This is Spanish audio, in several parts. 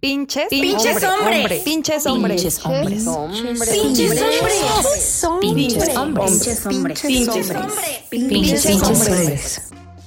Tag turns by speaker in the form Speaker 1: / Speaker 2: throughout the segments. Speaker 1: Pinches,
Speaker 2: Pinches
Speaker 1: hombre,
Speaker 2: hombres.
Speaker 1: hombre, pinches hombres.
Speaker 3: Pinches hombres.
Speaker 2: Pinches
Speaker 3: hombres. Pinches hombres.
Speaker 2: Pinches hombres.
Speaker 4: Pinches
Speaker 2: hombres.
Speaker 3: Pinches hombres.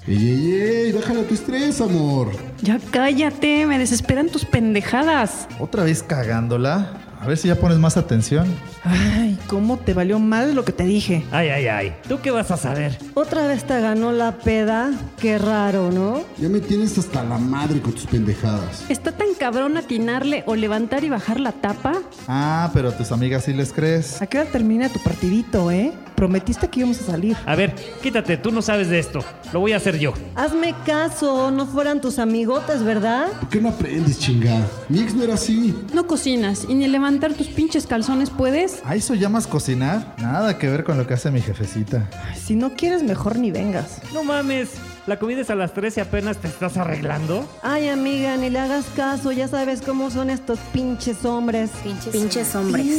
Speaker 5: Ey, ey, ey, bájale a tu estrés, amor.
Speaker 4: Ya cállate, me desesperan tus pendejadas.
Speaker 6: Otra vez cagándola. A ver si ya pones más atención.
Speaker 4: Ay, ¿cómo te valió mal lo que te dije?
Speaker 7: Ay, ay, ay. ¿Tú qué vas a saber?
Speaker 8: Otra vez te ganó la peda. Qué raro, ¿no?
Speaker 5: Ya me tienes hasta la madre con tus pendejadas.
Speaker 9: ¿Está tan cabrón atinarle o levantar y bajar la tapa?
Speaker 6: Ah, pero a tus amigas sí les crees.
Speaker 4: ¿A qué hora termina tu partidito, eh? Prometiste que íbamos a salir.
Speaker 7: A ver, quítate, tú no sabes de esto. Lo voy a hacer yo.
Speaker 8: Hazme caso, no fueran tus amigotes, ¿verdad?
Speaker 5: ¿Por qué no aprendes, chingada? Mi ex no era así.
Speaker 9: No cocinas y ni levantar tus pinches calzones puedes.
Speaker 6: ¿A eso llamas cocinar? Nada que ver con lo que hace mi jefecita.
Speaker 4: Si no quieres, mejor ni vengas.
Speaker 7: No mames. La comida es a las 3 y apenas te estás arreglando.
Speaker 8: Ay, amiga, ni le hagas caso, ya sabes cómo son estos pinches hombres.
Speaker 2: Pinches hombres.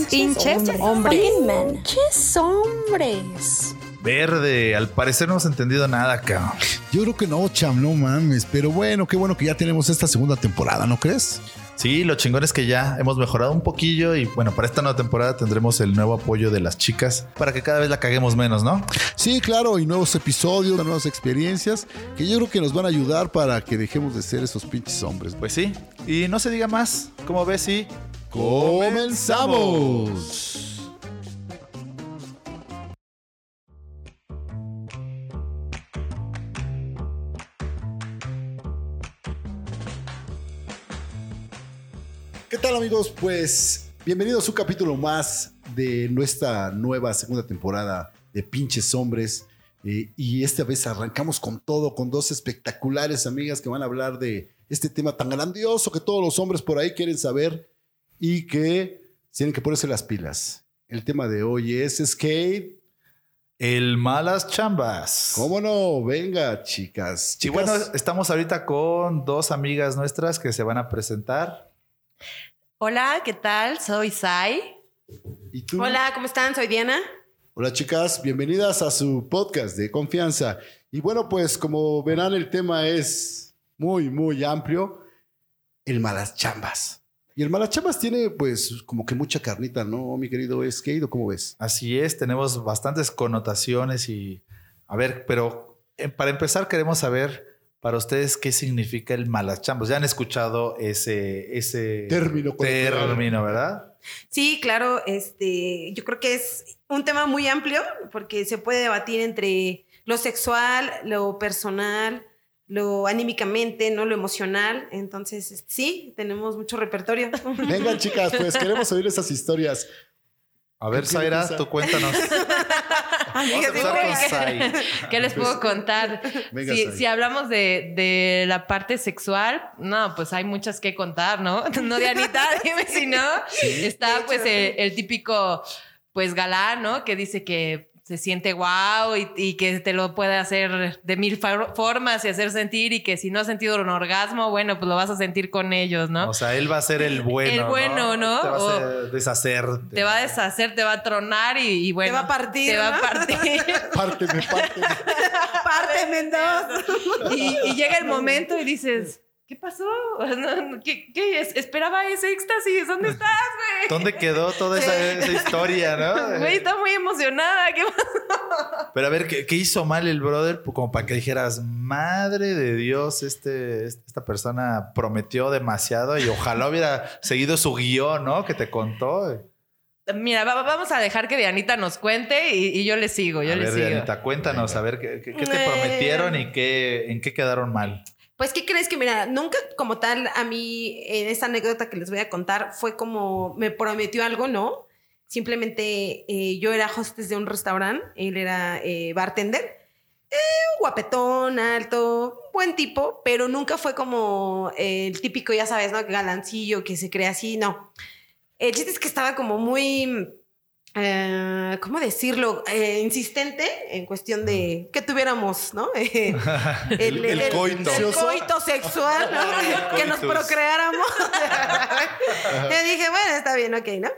Speaker 1: Pinches hombres.
Speaker 2: Pinches hombres.
Speaker 6: Verde, al parecer no hemos entendido nada, cabrón.
Speaker 10: Yo creo que no, cham, no mames. Pero bueno, qué bueno que ya tenemos esta segunda temporada, ¿no crees?
Speaker 6: Sí, lo chingón es que ya hemos mejorado un poquillo y bueno, para esta nueva temporada tendremos el nuevo apoyo de las chicas para que cada vez la caguemos menos, ¿no?
Speaker 10: Sí, claro, y nuevos episodios, nuevas experiencias que yo creo que nos van a ayudar para que dejemos de ser esos pinches hombres.
Speaker 6: Pues sí. Y no se diga más. ¿Cómo ves si
Speaker 10: ¡Comenzamos! ¿Qué tal amigos? Pues bienvenidos a un capítulo más de nuestra nueva segunda temporada de Pinches Hombres. Eh, y esta vez arrancamos con todo, con dos espectaculares amigas que van a hablar de este tema tan grandioso que todos los hombres por ahí quieren saber y que tienen que ponerse las pilas. El tema de hoy es skate.
Speaker 6: El malas chambas.
Speaker 10: ¿Cómo no? Venga, chicas.
Speaker 6: Y
Speaker 10: chicas.
Speaker 6: bueno, estamos ahorita con dos amigas nuestras que se van a presentar.
Speaker 11: Hola, ¿qué tal? Soy Sai.
Speaker 10: ¿y tú?
Speaker 2: Hola, ¿cómo están? Soy Diana.
Speaker 10: Hola chicas, bienvenidas a su podcast de confianza. Y bueno, pues como verán el tema es muy, muy amplio, el malas chambas. Y el malas chambas tiene pues como que mucha carnita, ¿no, mi querido Skate? ¿Cómo ves?
Speaker 6: Así es, tenemos bastantes connotaciones y a ver, pero eh, para empezar queremos saber para ustedes qué significa el malas chambas. Ya han escuchado ese, ese
Speaker 10: Término coloquial.
Speaker 6: término, ¿verdad?
Speaker 11: Sí, claro, este, yo creo que es un tema muy amplio porque se puede debatir entre lo sexual, lo personal, lo anímicamente, no lo emocional. Entonces, este, sí, tenemos mucho repertorio.
Speaker 10: Vengan chicas, pues queremos oír esas historias.
Speaker 6: A ver,
Speaker 10: ¿Quién
Speaker 6: Zaira,
Speaker 10: empieza?
Speaker 6: tú cuéntanos. Vamos a empezar con Zai.
Speaker 3: ¿Qué les puedo contar?
Speaker 10: Venga,
Speaker 3: si,
Speaker 10: Sai.
Speaker 3: si hablamos de, de la parte sexual, no, pues hay muchas que contar, ¿no? No, Dianita, dime si no. Está pues el, el típico, pues galán, ¿no? Que dice que se siente guau y, y que te lo puede hacer de mil fa- formas y hacer sentir y que si no has sentido un orgasmo, bueno, pues lo vas a sentir con ellos, ¿no?
Speaker 6: O sea, él va a ser el bueno.
Speaker 3: El bueno, ¿no?
Speaker 6: Te vas
Speaker 3: O-
Speaker 6: a deshacerte.
Speaker 3: te va a deshacer, te va a tronar y, y bueno.
Speaker 11: va a partir,
Speaker 3: Te va a
Speaker 11: ¿no?
Speaker 3: partir.
Speaker 10: Párteme, párteme.
Speaker 11: Parte Mendoza.
Speaker 3: y, y llega el momento y dices, ¿qué pasó? No, no, ¿Qué, qué es? Esperaba ese éxtasis, ¿dónde estás, güey?
Speaker 6: ¿Dónde quedó toda esa, esa historia, no?
Speaker 3: Güey, está muy emocionada. ¿qué pasó?
Speaker 6: Pero a ver, ¿qué, qué hizo mal el brother? Pues, Como para que dijeras, madre de Dios, este, esta persona prometió demasiado y ojalá hubiera seguido su guión, ¿no? Que te contó.
Speaker 3: Mira, va- va- vamos a dejar que Dianita nos cuente y, y yo le sigo, Pues yo
Speaker 6: a
Speaker 3: le
Speaker 6: ver,
Speaker 3: sigo.
Speaker 6: Dianita, cuéntanos, a ver, ¿qué, qué- qué te
Speaker 11: Eh.
Speaker 6: prometieron y qué, en qué quedaron mal?
Speaker 11: Pues, ¿qué crees que, mira, nunca como tal a mí, en esta anécdota que les voy a contar, fue como me prometió algo, ¿no? Simplemente eh, yo era hostess de un restaurante, él era eh, bartender, Eh, un guapetón, alto, buen tipo, pero nunca fue como eh, el típico, ya sabes, ¿no? Galancillo que se cree así, no. El chiste es que estaba como muy, eh, ¿cómo decirlo? Eh, insistente en cuestión de que tuviéramos, ¿no? Eh,
Speaker 10: El- el coito.
Speaker 11: el coito sexual, ¿no?
Speaker 6: El
Speaker 11: que nos
Speaker 6: coitus.
Speaker 11: procreáramos. Yo dije, bueno, está bien, ok, ¿no?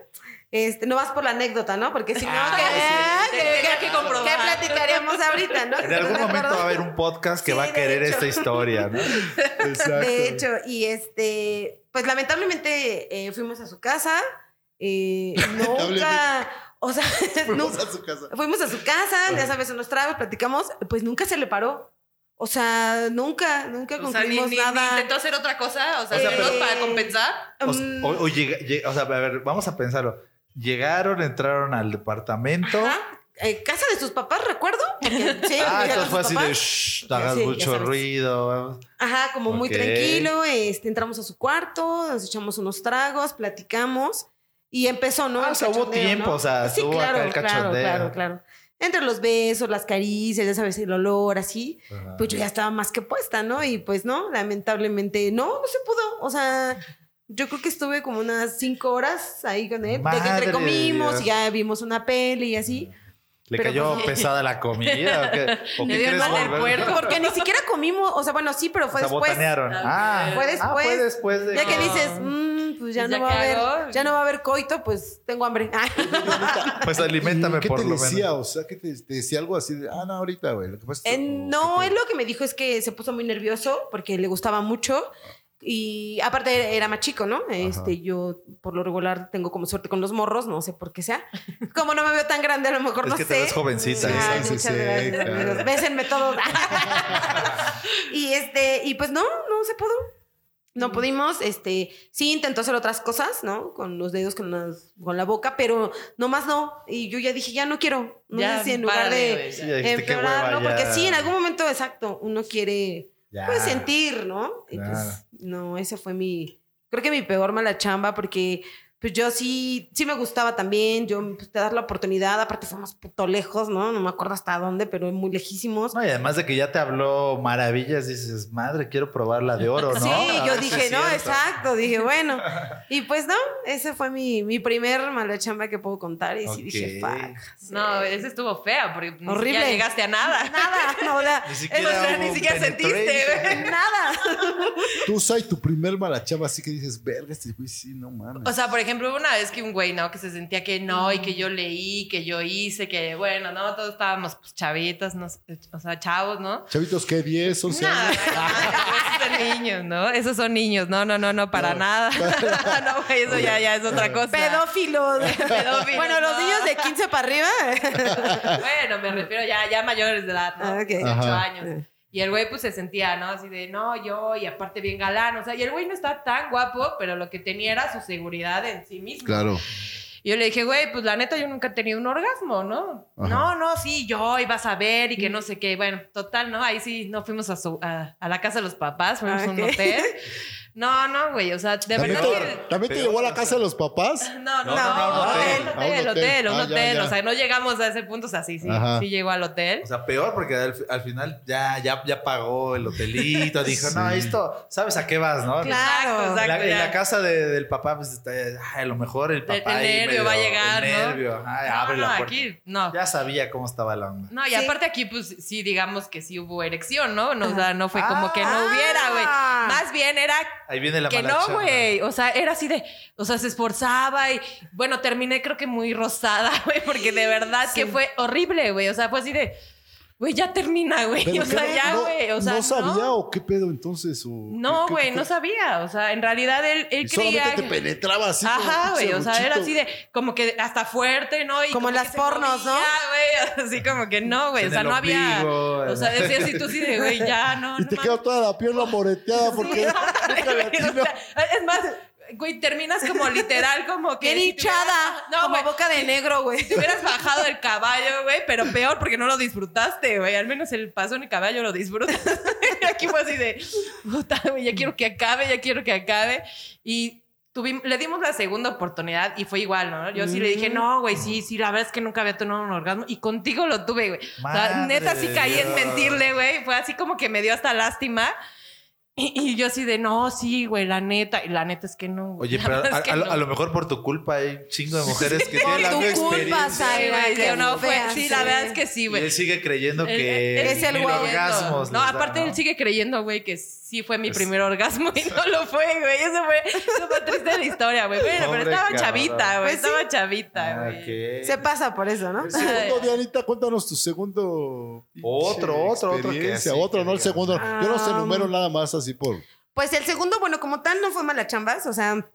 Speaker 11: Este, no vas por la anécdota, ¿no? Porque si no,
Speaker 3: Ah,
Speaker 11: ¿qué,
Speaker 3: sí.
Speaker 11: qué-
Speaker 3: Tenía que
Speaker 11: qué
Speaker 3: comprobar.
Speaker 11: platicaríamos ahorita, no?
Speaker 6: En algún momento va a haber un podcast que va a querer esta historia, ¿no?
Speaker 11: De hecho, y este, pues lamentablemente eh, fuimos a su casa. eh, nunca, o sea,
Speaker 10: Fuimos
Speaker 11: nu-
Speaker 10: a su casa.
Speaker 11: fuimos a su casa, ya sabes, unos tragos, platicamos, pues nunca se le paró. O sea, nunca, nunca
Speaker 3: O sea, ni,
Speaker 11: concluimos
Speaker 3: ni- ni
Speaker 11: nada.
Speaker 3: intentó hacer otra cosa, o sea,
Speaker 11: O sea,
Speaker 3: ¿no?
Speaker 11: pero-
Speaker 3: para compensar.
Speaker 6: O,
Speaker 11: Mm,
Speaker 6: o- o llega- llega- o sea, a ver, vamos a pensarlo. Llegaron, entraron al departamento.
Speaker 11: Eh, casa de sus papás, recuerdo. Porque, sí,
Speaker 6: Ah,
Speaker 11: era
Speaker 6: entonces
Speaker 11: sus
Speaker 6: fue así de
Speaker 11: papás.
Speaker 6: shh, no hagas
Speaker 11: Sí, ya
Speaker 6: mucho
Speaker 11: sabes.
Speaker 6: ruido.
Speaker 11: Ajá, como muy
Speaker 6: Ok.
Speaker 11: tranquilo. Este, entramos a su cuarto, nos echamos unos tragos, platicamos y empezó, ¿no?
Speaker 6: Ah,
Speaker 11: El
Speaker 6: o sea, hubo
Speaker 11: cachondeo,
Speaker 6: tiempo,
Speaker 11: ¿no?
Speaker 6: o sea,
Speaker 11: sí,
Speaker 6: estuvo
Speaker 11: claro,
Speaker 6: acá el
Speaker 11: claro,
Speaker 6: cachondeo.
Speaker 11: claro, claro. Entre los besos, las caricias, ya sabes, el olor, así.
Speaker 6: Ajá.
Speaker 11: Pues yo ya estaba más que puesta, ¿no? Y pues no, lamentablemente, no, no se pudo. O sea, yo creo que estuve como unas cinco horas ahí con él. de que
Speaker 6: Madre de
Speaker 11: entre comimos
Speaker 6: Dios.
Speaker 11: y ya vimos una peli y así.
Speaker 6: Le
Speaker 11: Pero
Speaker 6: cayó
Speaker 11: pues-
Speaker 6: pesada la comida. ¿O qué, o
Speaker 3: Le
Speaker 6: qué
Speaker 3: dio
Speaker 6: crees
Speaker 3: mal el
Speaker 6: volver?
Speaker 3: puerco.
Speaker 11: Porque ni siquiera comimos, o sea, bueno, sí, pero fue
Speaker 6: O sea,
Speaker 11: después.
Speaker 6: botanearon. Ah,
Speaker 11: fue después.
Speaker 6: ah, fue después de
Speaker 11: ya que
Speaker 6: que-
Speaker 11: dices, mm, pues ya,
Speaker 3: Ah. Ya
Speaker 11: no va a
Speaker 3: cagó.
Speaker 11: haber, ya no va a haber coito, pues tengo hambre. Ay,
Speaker 6: Pues alimentame
Speaker 10: ¿Qué
Speaker 6: por
Speaker 10: te
Speaker 6: lo
Speaker 10: decía?
Speaker 6: menos.
Speaker 10: O sea, que te, te decía algo así de, ah, no, ahorita, güey. Lo que pasa es que-
Speaker 11: Eh, no, él lo que me dijo es que se puso muy nervioso porque le gustaba mucho y aparte era más chico, ¿no? Este, yo por lo regular tengo como suerte con los morros, no sé por qué sea. Como no me veo tan grande, a lo mejor
Speaker 6: Es
Speaker 11: no
Speaker 6: que
Speaker 11: sé.
Speaker 6: te ves jovencita. ¿eh?
Speaker 11: Ay,
Speaker 6: Sí,
Speaker 11: muchas
Speaker 6: sí, sí,
Speaker 11: gracias,
Speaker 6: claro.
Speaker 11: amigos. Bésenme todos. y este, y pues no, no se pudo.
Speaker 6: Mm.
Speaker 11: No pudimos, este, sí intentó hacer otras cosas, ¿no? Con los dedos, con, las- con la boca, pero nomás no. Y yo ya dije, ya no quiero. No
Speaker 3: Ya,
Speaker 11: sé si en lugar
Speaker 3: párale,
Speaker 11: de
Speaker 3: güey, ya.
Speaker 6: Sí, ya dijiste, Este, qué
Speaker 11: empeorar,
Speaker 6: hueva,
Speaker 11: ¿no? Porque
Speaker 6: ya.
Speaker 11: sí, en algún momento, exacto, uno quiere,
Speaker 6: Ya.
Speaker 11: pues, sentir, ¿no? Y
Speaker 6: Claro.
Speaker 11: pues, no, esa fue mi, creo que mi peor mala chamba, porque pues yo sí, sí me gustaba también, yo pues, te das la oportunidad, aparte fuimos puto lejos, ¿no? No me acuerdo hasta dónde, pero muy lejísimos.
Speaker 6: No, y además de que ya te habló maravillas, dices, madre, quiero probar la de oro, ¿no?
Speaker 11: Sí,
Speaker 6: A
Speaker 11: yo
Speaker 6: ver si
Speaker 11: dije,
Speaker 6: es
Speaker 11: no,
Speaker 6: cierto".
Speaker 11: exacto, dije, bueno. Y pues no, esa fue mi, mi primer mala chamba que puedo contar. Y sí dije,
Speaker 6: Ok.
Speaker 11: fuck.
Speaker 3: No, esa estuvo fea porque ni
Speaker 11: Horrible.
Speaker 3: siquiera llegaste a nada.
Speaker 11: Nada, no, o sea,
Speaker 6: Ni
Speaker 3: O sea,
Speaker 6: siquiera,
Speaker 3: ni
Speaker 6: hubo
Speaker 3: siquiera sentiste,
Speaker 6: penetration.
Speaker 3: güey.
Speaker 11: nada.
Speaker 10: Tú soy tu primer malachava, así que dices, verga, este güey, sí, no mames.
Speaker 3: O sea, por ejemplo, hubo una vez que un güey, ¿no? Que se sentía que no, y que yo leí, que yo hice, que bueno, ¿no? Todos estábamos pues, chavitas, no sé, o sea, chavos, ¿no?
Speaker 10: Chavitos, ¿qué? 10, 11
Speaker 3: Nada,
Speaker 10: años.
Speaker 3: esos son niños, ¿no? Esos son niños, no, no, no, no, para nada. no, güey, eso ya, ya es otra cosa.
Speaker 11: Pedófilo.
Speaker 3: Pedófilos,
Speaker 11: bueno, los
Speaker 3: no.
Speaker 11: niños de 15 para arriba.
Speaker 3: Bueno, me refiero ya, ya mayores de edad, ¿no?
Speaker 11: Ah, ok.
Speaker 3: 18
Speaker 10: Ajá.
Speaker 3: años. Y el güey pues se sentía, ¿no? Así de, no, yo, y aparte bien galán, o sea, y el güey no está tan guapo, pero lo que tenía era su seguridad en sí mismo.
Speaker 10: Claro.
Speaker 3: Y yo le dije, güey, pues la neta yo nunca he tenido un orgasmo, ¿no?
Speaker 10: Ajá.
Speaker 3: No, no, sí, yo, y vas a ver, y que no sé qué. Bueno, total, ¿no? Ahí sí, no fuimos a, su- a, a la casa de los papás, fuimos a un
Speaker 11: Ok.
Speaker 3: hotel. No, no, güey, o sea, de
Speaker 10: ¿También
Speaker 3: verdad
Speaker 10: te,
Speaker 3: que...
Speaker 10: también te llevó a la casa de los papás?
Speaker 3: No,
Speaker 6: No, no,
Speaker 3: no, no,
Speaker 6: no, a un
Speaker 3: hotel,
Speaker 10: hotel, a un
Speaker 3: hotel, hotel,
Speaker 10: hotel.
Speaker 3: un
Speaker 10: Ah, ya,
Speaker 3: hotel,
Speaker 10: ya.
Speaker 3: o sea, no llegamos a ese punto, o sea, sí, sí,
Speaker 10: Ajá.
Speaker 3: sí llegó al hotel.
Speaker 6: O sea, peor porque al, al final ya, ya, ya pagó el hotelito, dijo, no, esto, ¿sabes a qué vas, no?
Speaker 11: Claro.
Speaker 6: En la, en
Speaker 3: ya.
Speaker 6: la casa de- del papá, pues, está, ay, a lo mejor el
Speaker 3: El-
Speaker 6: papá
Speaker 3: el
Speaker 6: ahí
Speaker 3: nervio
Speaker 6: medio-
Speaker 3: va a llegar,
Speaker 6: el
Speaker 3: ¿no?
Speaker 6: nervio, ay,
Speaker 3: No,
Speaker 6: abre
Speaker 3: no,
Speaker 6: la puerta.
Speaker 3: aquí, no.
Speaker 6: Ya sabía cómo estaba la onda.
Speaker 3: No, y
Speaker 11: Sí.
Speaker 3: aparte aquí, pues sí, digamos que sí hubo erección, ¿no? no o sea, no fue como que no
Speaker 11: Ah.
Speaker 3: hubiera, güey. Más bien era
Speaker 6: Ahí viene la
Speaker 3: que
Speaker 6: mala
Speaker 3: no,
Speaker 6: chamba.
Speaker 3: güey. O sea, era así de. O sea, se esforzaba y. Bueno, terminé creo que muy rosada, güey, porque de verdad que fue horrible, güey. O sea, fue así de. Güey, ya termina, güey.
Speaker 10: Pero
Speaker 3: O
Speaker 10: ¿qué?
Speaker 3: sea, ya,
Speaker 10: no,
Speaker 3: güey. O sea,
Speaker 10: ¿No sabía o qué pedo entonces? O,
Speaker 3: No,
Speaker 10: ¿qué- qué-
Speaker 3: güey,
Speaker 10: qué-
Speaker 3: no sabía. O sea, en realidad él, él
Speaker 10: y Solamente
Speaker 3: creía.
Speaker 10: te
Speaker 3: que-
Speaker 10: penetraba así. como
Speaker 3: Ajá,
Speaker 10: pinche
Speaker 3: güey. O sea, era
Speaker 10: buchito.
Speaker 3: así de. Como que hasta fuerte, ¿no? Y
Speaker 11: Como en
Speaker 3: que
Speaker 11: las
Speaker 3: se
Speaker 11: pornos, ¿no?
Speaker 3: movía, güey. Así como que no, güey. O
Speaker 6: En
Speaker 3: sea,
Speaker 6: el
Speaker 3: no había.
Speaker 6: ombligo,
Speaker 3: O sea, decía así tú así de, güey, ya, no.
Speaker 10: Y
Speaker 3: no
Speaker 10: te
Speaker 3: mames.
Speaker 10: quedó toda la pierna moreteada porque. nunca le
Speaker 3: O
Speaker 10: atinó.
Speaker 3: sea, es más, güey, terminas como literal, como que.
Speaker 11: Bien
Speaker 3: si te
Speaker 11: hinchada.
Speaker 3: hubieras- No,
Speaker 11: como
Speaker 3: güey.
Speaker 11: boca de negro, güey.
Speaker 3: Te hubieras bajado el caballo, güey, pero peor porque no lo disfrutaste, güey. Al menos el paso en el caballo lo disfrutas. Aquí fue así de, puta, güey, ya quiero que acabe, ya quiero que acabe. Y tuvimos, le dimos la segunda oportunidad y fue igual, ¿no? Yo sí le
Speaker 11: Mm.
Speaker 3: dije, no, güey, sí, sí, la verdad es que nunca había tenido un orgasmo y contigo lo tuve, güey. O sea,
Speaker 6: Madre
Speaker 3: neta sí
Speaker 6: de
Speaker 3: caí en
Speaker 6: Dios.
Speaker 3: mentirle, güey. Fue así como que me dio hasta lástima. Y, y yo así de, no, sí, güey, la neta. Y la neta es que no. güey,
Speaker 6: Oye,
Speaker 3: la
Speaker 6: pero
Speaker 3: verdad
Speaker 6: a,
Speaker 3: es que
Speaker 6: a lo-
Speaker 3: no.
Speaker 6: a lo mejor por tu culpa hay chingo de mujeres que
Speaker 3: Por
Speaker 6: tienen la
Speaker 3: tu
Speaker 6: misma
Speaker 3: culpa,
Speaker 6: experiencia.
Speaker 3: Zaira,
Speaker 11: güey,
Speaker 3: que
Speaker 11: que
Speaker 3: no
Speaker 11: no
Speaker 3: fue.
Speaker 11: veas,
Speaker 3: Sí, la
Speaker 11: sí.
Speaker 3: verdad es que sí,
Speaker 6: Y
Speaker 3: güey.
Speaker 6: él sigue creyendo
Speaker 3: Él-
Speaker 6: que
Speaker 3: él- él sigue
Speaker 6: mil
Speaker 3: creyendo.
Speaker 6: orgasmos
Speaker 3: No,
Speaker 6: les da,
Speaker 3: aparte él sigue creyendo, güey, que sí fue mi primer orgasmo y no lo fue, güey. Eso fue súper triste la historia, güey. Bueno,
Speaker 6: Pobre
Speaker 3: pero estaba
Speaker 6: cabrón. Ah,
Speaker 3: chavita, güey.
Speaker 11: Pues sí.
Speaker 3: estaba chavita, güey.
Speaker 11: Se pasa por eso, ¿no?
Speaker 10: Segundo, Dianita, cuéntanos tu segundo.
Speaker 6: Otro, otro, otro que
Speaker 10: experiencia.
Speaker 6: así,
Speaker 10: Otro,
Speaker 6: que
Speaker 10: no el
Speaker 6: digas,
Speaker 10: segundo.
Speaker 11: ¿no?
Speaker 10: Yo los
Speaker 11: Ah,
Speaker 10: enumero nada más así por.
Speaker 11: Pues el segundo, bueno, como tal, no fue mala chambas. O sea,